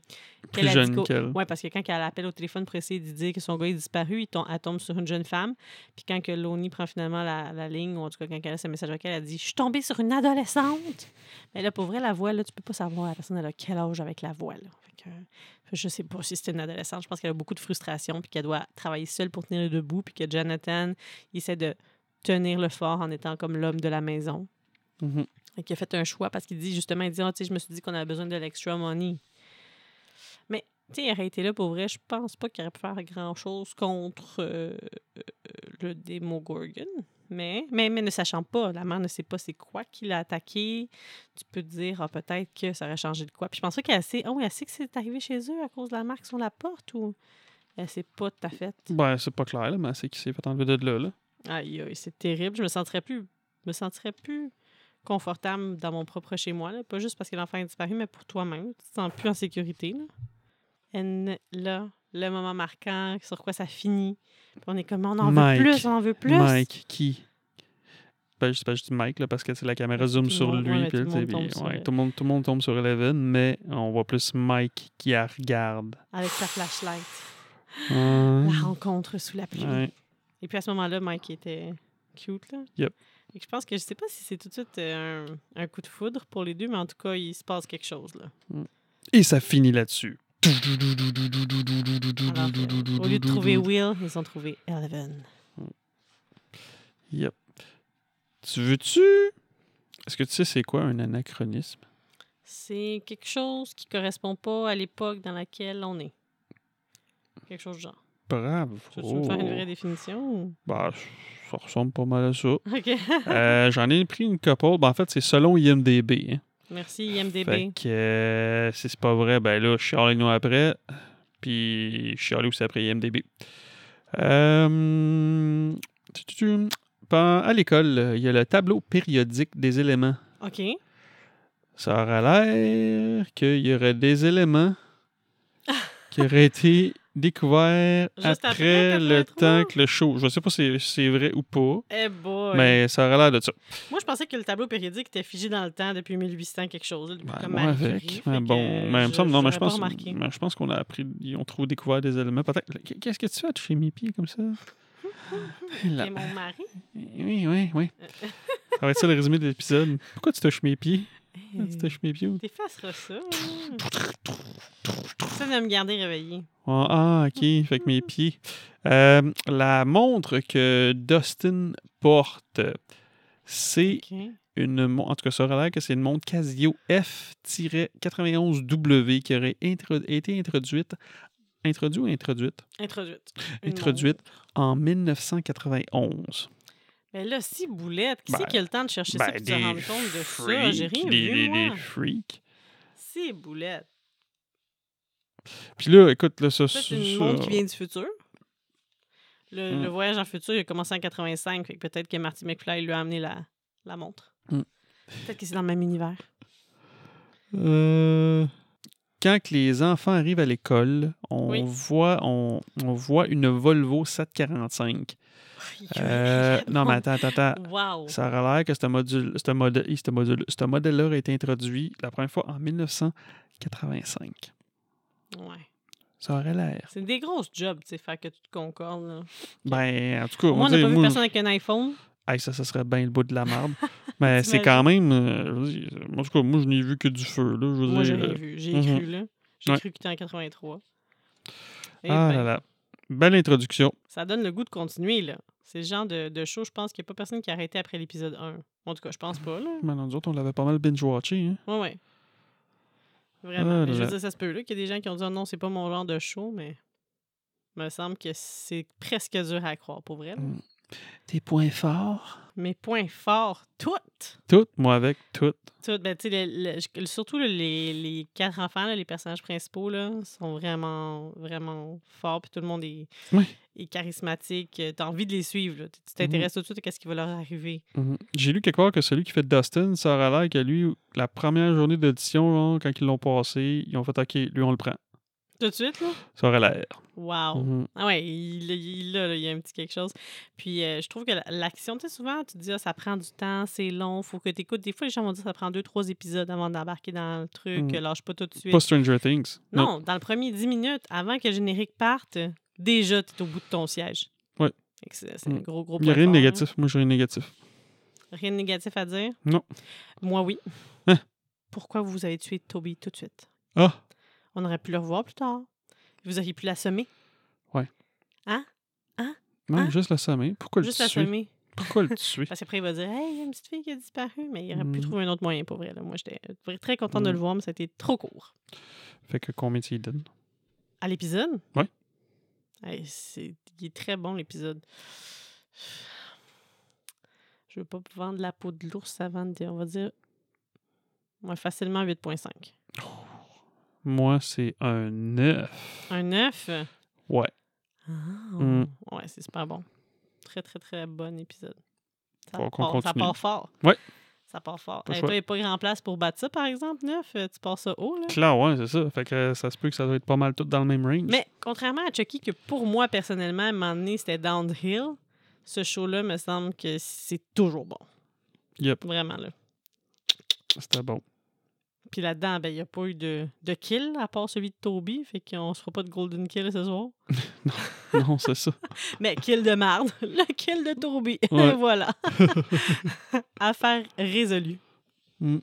Speaker 4: Plus
Speaker 3: a dit
Speaker 4: jeune
Speaker 3: qu'au-
Speaker 4: qu'elle.
Speaker 3: Ouais, parce que quand elle appelle au téléphone pour essayer de dire que son gars est disparu, il tom- elle tombe sur une jeune femme. Puis quand que Lonnie prend finalement la, la ligne, ou en tout cas quand elle a ce message vocal, elle dit Je suis tombée sur une adolescente. Mais là, pour vrai, la voix, là, tu peux pas savoir la personne, elle a quel âge avec la voix. Là. Fait que, euh, je sais pas si c'est une adolescente. Je pense qu'elle a beaucoup de frustration, puis qu'elle doit travailler seule pour tenir debout, puis que Jonathan il essaie de tenir le fort en étant comme l'homme de la maison.
Speaker 4: Mhm.
Speaker 3: Et qui a fait un choix parce qu'il dit justement, il dit, Ah, tu sais, je me suis dit qu'on avait besoin de l'extra money. Mais, tu sais, il aurait été là pour vrai, je pense pas qu'il aurait pu faire grand-chose contre euh, euh, le Demogorgon. Mais, mais, mais ne sachant pas, la mère ne sait pas c'est quoi qui l'a attaqué, tu peux te dire, ah, peut-être que ça aurait changé de quoi. Puis je pense pas qu'elle sait, ah oui, elle sait que c'est arrivé chez eux à cause de la marque sur la porte ou elle sait pas tout à fait.
Speaker 4: Ben, c'est pas clair, là, mais c'est qui s'est fait enlever de là. là.
Speaker 3: Aïe, aïe, c'est terrible. Je me sentirais plus, me sentirais plus confortable dans mon propre chez moi. là. Pas juste parce que l'enfant est disparu, mais pour toi-même. Tu te sens plus en sécurité. Là. And là, le moment marquant, sur quoi ça finit. Puis on est comme, on en
Speaker 4: Mike.
Speaker 3: veut plus, on en veut plus.
Speaker 4: Mike, qui ben, je, ben, je dis Mike là, parce que tu sais, la caméra zoom
Speaker 3: le
Speaker 4: sur
Speaker 3: monde- ouais,
Speaker 4: lui.
Speaker 3: mais
Speaker 4: puis
Speaker 3: tout le monde
Speaker 4: tu sais,
Speaker 3: tombe
Speaker 4: puis,
Speaker 3: sur
Speaker 4: ouais,
Speaker 3: elle.
Speaker 4: tout, le monde, tout le monde tombe sur Eleven, mais on voit plus Mike qui la regarde.
Speaker 3: Avec sa flashlight.
Speaker 4: Hum,
Speaker 3: La rencontre sous la pluie.
Speaker 4: ouais.
Speaker 3: Et puis à ce moment-là, Mike était cute. Là.
Speaker 4: Yep.
Speaker 3: Fait que je pense que je sais pas si c'est tout de suite euh, un, un coup de foudre pour les deux, mais en tout cas, il se passe quelque chose. là.
Speaker 4: Et ça finit là-dessus.
Speaker 3: Alors que, au lieu de trouver Will, ils ont trouvé Eleven.
Speaker 4: Yep. Tu veux-tu. Est-ce que tu sais c'est quoi un anachronisme?
Speaker 3: C'est quelque chose qui correspond pas à l'époque dans laquelle on est. Quelque chose de genre.
Speaker 4: Bravo.
Speaker 3: Tu veux me faire une
Speaker 4: Oh.
Speaker 3: vraie définition? ou- (laughs)
Speaker 4: Ben, ça ressemble pas mal à ça.
Speaker 3: OK.
Speaker 4: Euh, (laughs) J'en ai pris une couple. Ben, en fait, c'est selon IMDB. hein.
Speaker 3: Merci,
Speaker 4: Fait
Speaker 3: IMDB.
Speaker 4: que euh, si c'est pas vrai, ben là, je chiale avec nous après. Puis je chiale aussi après IMDB. Euh, tu- tu- tu- pen- à l'école, il y a le tableau périodique des éléments.
Speaker 3: OK.
Speaker 4: Ça aurait l'air qu'il y aurait des éléments qui auraient été découvert
Speaker 3: Juste après
Speaker 4: après, le
Speaker 3: 83.
Speaker 4: temps que le show. Je sais pas si c'est vrai ou pas,
Speaker 3: Eh boy.
Speaker 4: mais ça aurait l'air de ça.
Speaker 3: Moi, je pensais que le tableau périodique était figé dans le temps depuis 1800 quelque chose.
Speaker 4: Ben,
Speaker 3: depuis comme
Speaker 4: moi
Speaker 3: Marie Curie,
Speaker 4: avec.
Speaker 3: fait
Speaker 4: Mais
Speaker 3: que
Speaker 4: bon, mais il me semble, non, mais je
Speaker 3: j'aurais pas
Speaker 4: pense,
Speaker 3: remarqué.
Speaker 4: mais je pense qu'on a appris, ils ont trop découvert des éléments. Peut-être. Qu'est-ce que tu fais de chez mes pieds
Speaker 3: (laughs)
Speaker 4: comme ça? Là-
Speaker 3: Et mon mari?
Speaker 4: (laughs) Oui, oui, oui. Ça va être ça le résumé de l'épisode. Pourquoi tu touches mes pieds? Pourquoi Tu
Speaker 3: Euh,
Speaker 4: touches mes pieds?
Speaker 3: Tes fesses ça.
Speaker 4: (laughs)
Speaker 3: Ça de me garder réveillée.
Speaker 4: Ah, ah, ok, fait que mes pieds. Euh, la montre que Dustin porte, c'est
Speaker 3: OK.
Speaker 4: une montre, en tout cas ça aurait l'air que c'est une montre Casio F-91W qui aurait intro- été introduite, introduite ou introduite?
Speaker 3: Introduite. Une
Speaker 4: Introduite en 1991.
Speaker 3: Mais là, si boulette, qui c'est
Speaker 4: Ben,
Speaker 3: qui a le temps de chercher ça et de se rendre compte de ça? J'ai rien
Speaker 4: des-
Speaker 3: vu,
Speaker 4: des- des
Speaker 3: moi.
Speaker 4: freaks.
Speaker 3: C'est boulette.
Speaker 4: Puis là, écoute, là, ça...
Speaker 3: C'est une
Speaker 4: ça-
Speaker 3: montre qui vient du futur. Le,
Speaker 4: Hmm.
Speaker 3: le voyage en futur il a commencé en 85, fait que peut-être que Marty McFly lui a amené la, la montre.
Speaker 4: Hmm.
Speaker 3: Peut-être que c'est dans le même univers.
Speaker 4: Euh, Quand que les enfants arrivent à l'école, on,
Speaker 3: Oui.
Speaker 4: voit, on, on voit une Volvo 745. Euh, non, mais attends, attends, attends.
Speaker 3: Wow!
Speaker 4: Ça aurait l'air que ce module, ce modèle, hi, ce module, ce modèle-là a été introduit la première fois en 1985.
Speaker 3: Ouais.
Speaker 4: Ça aurait l'air.
Speaker 3: C'est des grosses jobs, tu sais, faire que tu te concordes. là.
Speaker 4: Ben, en tout cas, on,
Speaker 3: Moi, on n'a
Speaker 4: dit-
Speaker 3: pas vu
Speaker 4: moi,
Speaker 3: personne avec un iPhone.
Speaker 4: hey, ça, ça serait bien le bout de
Speaker 3: (laughs)
Speaker 4: la marde. Mais c'est
Speaker 3: T'imagines?
Speaker 4: quand même. euh, je veux dire, en tout cas, moi, je n'ai vu que du feu. Là, je veux
Speaker 3: Moi, j'ai
Speaker 4: dire,
Speaker 3: rien
Speaker 4: euh,
Speaker 3: vu. J'ai
Speaker 4: mhm.
Speaker 3: cru, là. J'ai
Speaker 4: Ouais.
Speaker 3: cru qu'il était en 83. Eh
Speaker 4: Ah
Speaker 3: ben,
Speaker 4: là là. Belle introduction.
Speaker 3: Ça donne le goût de continuer, là. C'est le genre de, de show, je pense qu'il n'y a pas personne qui a arrêté après l'épisode 1. En tout cas, je pense pas,
Speaker 4: (laughs)
Speaker 3: là.
Speaker 4: Mais non, nous autres, on l'avait pas mal binge-watché. Hein?
Speaker 3: Ouais, ouais. Vraiment.
Speaker 4: Ah
Speaker 3: Mais je
Speaker 4: là
Speaker 3: veux
Speaker 4: là.
Speaker 3: dire, ça se peut, là, qu'il y a des gens qui ont dit Ah non, c'est pas mon genre de show, mais. Me semble que c'est presque dur à croire, pour vrai. là.
Speaker 4: Mm. Tes points forts.
Speaker 3: Mes points forts, toutes!
Speaker 4: Tout, moi avec, tout.
Speaker 3: Tout, ben, tu sais, le- le- je- surtout là, les, les quatre enfants, là, les personnages principaux, là, sont vraiment, vraiment forts. Puis tout le monde est,
Speaker 4: Oui.
Speaker 3: est charismatique. Euh, T'as envie de les suivre. là. Tu tu t'intéresses tout de suite à ce qui va leur arriver.
Speaker 4: Mhm. J'ai lu quelque part que celui qui fait Dustin, ça aurait l'air que lui, la première journée d'audition, genre, quand ils l'ont passé, ils ont fait OK, lui, on le prend.
Speaker 3: Tout de suite, là?
Speaker 4: Ça aurait l'air.
Speaker 3: Wow!
Speaker 4: Mhm.
Speaker 3: Ah ouais, il, il, l'a, là, il y a un petit quelque chose. Puis euh, je trouve que la- l'action, tu sais, souvent, tu te dis, Ah, ça prend du temps, c'est long, faut que tu écoutes. Des fois, les gens vont dire, ça prend deux, trois épisodes avant d'embarquer dans le truc,
Speaker 4: Mm.
Speaker 3: euh, lâche pas tout de suite.
Speaker 4: Pas Stranger Things.
Speaker 3: Non, dans le premier 10 minutes, avant que le générique parte, euh, déjà, tu es au bout de ton siège.
Speaker 4: Ouais.
Speaker 3: Fait que C'est c'est un
Speaker 4: Mm.
Speaker 3: gros, gros
Speaker 4: Il n'y a
Speaker 3: point
Speaker 4: rien de
Speaker 3: fort, là.
Speaker 4: négatif. Moi, j'ai rien de négatif.
Speaker 3: Rien de négatif à dire?
Speaker 4: Non.
Speaker 3: Moi, oui.
Speaker 4: Hein?
Speaker 3: Pourquoi vous avez tué Toby tout de suite?
Speaker 4: Ah!
Speaker 3: On aurait pu le revoir plus tard. Vous auriez pu l'assommer.
Speaker 4: Non,
Speaker 3: Hein?
Speaker 4: juste le sommet. Pourquoi le
Speaker 3: Juste
Speaker 4: tuer?
Speaker 3: l'assommer.
Speaker 4: Pourquoi
Speaker 3: (laughs)
Speaker 4: le tuer?
Speaker 3: Parce qu'après, il va dire Hey, il y a une petite fille qui a disparu, mais il aurait pu
Speaker 4: Mm.
Speaker 3: trouver un autre moyen pour vrai. là. Moi, j'étais euh, très contente de
Speaker 4: Mm.
Speaker 3: le voir, mais ça a été trop court.
Speaker 4: fait que combien tu y donnes?
Speaker 3: À l'épisode
Speaker 4: Ouais.
Speaker 3: Hey, c'est... Il est très bon, l'épisode. Je veux pas vendre la peau de l'ours avant de dire, on va dire. Moi, facilement 8,5.
Speaker 4: Moi, c'est un 9.
Speaker 3: Un 9
Speaker 4: Ouais.
Speaker 3: Ah,
Speaker 4: Mm.
Speaker 3: Ouais, c'est super bon. Très, très, très bon épisode. Ça,
Speaker 4: Faut qu'on
Speaker 3: part, ça
Speaker 4: continue.
Speaker 3: part fort.
Speaker 4: Ouais.
Speaker 3: Ça part fort.
Speaker 4: Pas
Speaker 3: Hey,
Speaker 4: chouette.
Speaker 3: toi, il n'y a pas grand place pour battre ça, par exemple, 9. Tu pars ça haut, là.
Speaker 4: Claire, ouais, c'est ça. Fait que euh, ça se peut que ça doit être pas mal tout dans le même range.
Speaker 3: Mais contrairement à Chucky, que pour moi, personnellement, à un moment donné, c'était downhill, ce show-là me semble que c'est toujours bon.
Speaker 4: Yep.
Speaker 3: Vraiment, là.
Speaker 4: C'était bon. (laughs)
Speaker 3: Puis là-dedans, ben, il n'y a pas eu de, de kill, à part celui de Toby, fait qu'on ne se fera pas de golden kill ce soir.
Speaker 4: non, c'est ça.
Speaker 3: Mais kill de marde, (laughs) le kill de (laughs) Toby.
Speaker 4: Ouais. (laughs)
Speaker 3: voilà. Affaire résolue.
Speaker 4: Mm.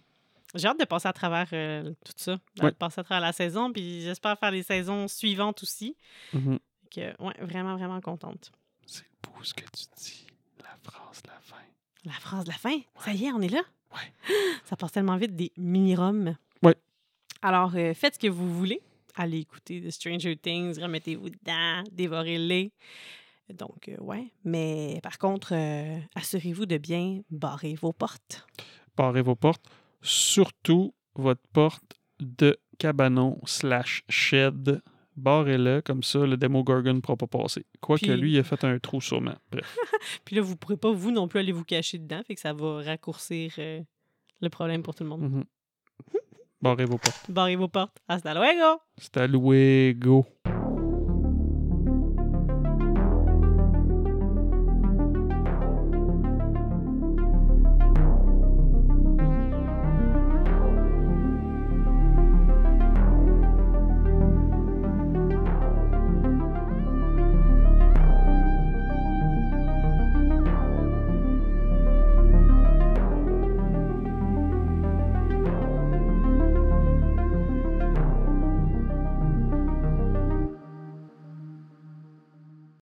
Speaker 3: J'ai hâte de passer à travers euh, tout ça, de
Speaker 4: Ouais.
Speaker 3: passer à travers la saison, puis j'espère faire les saisons suivantes aussi.
Speaker 4: Mhm.
Speaker 3: Fait Que, ouais, vraiment, vraiment contente.
Speaker 4: C'est beau ce que tu dis. La phrase, la fin.
Speaker 3: La phrase de la fin. Ça y est, on est là.
Speaker 4: Ouais.
Speaker 3: (gasps) Ça passe tellement vite des mini-roms.
Speaker 4: Ouais.
Speaker 3: Alors, euh, faites ce que vous voulez. Allez écouter The Stranger Things, remettez-vous dedans, dévorez-les. Donc, euh, ouais. Mais par contre, euh, assurez-vous de bien barrer vos portes.
Speaker 4: barrez vos portes, surtout votre porte de cabanon slash shed. Barrez-le, comme ça, le démo Gorgon ne pourra pas passer. Quoique
Speaker 3: Puis-
Speaker 4: lui, il a fait un trou sûrement. Bref.
Speaker 3: Puis là, vous ne pourrez pas, vous non plus, aller vous cacher dedans, fait que ça va raccourcir euh, le problème pour tout le monde.
Speaker 4: Mhm. Barrez vos portes.
Speaker 3: Barrez vos portes. Hasta luego!
Speaker 4: C'était à go.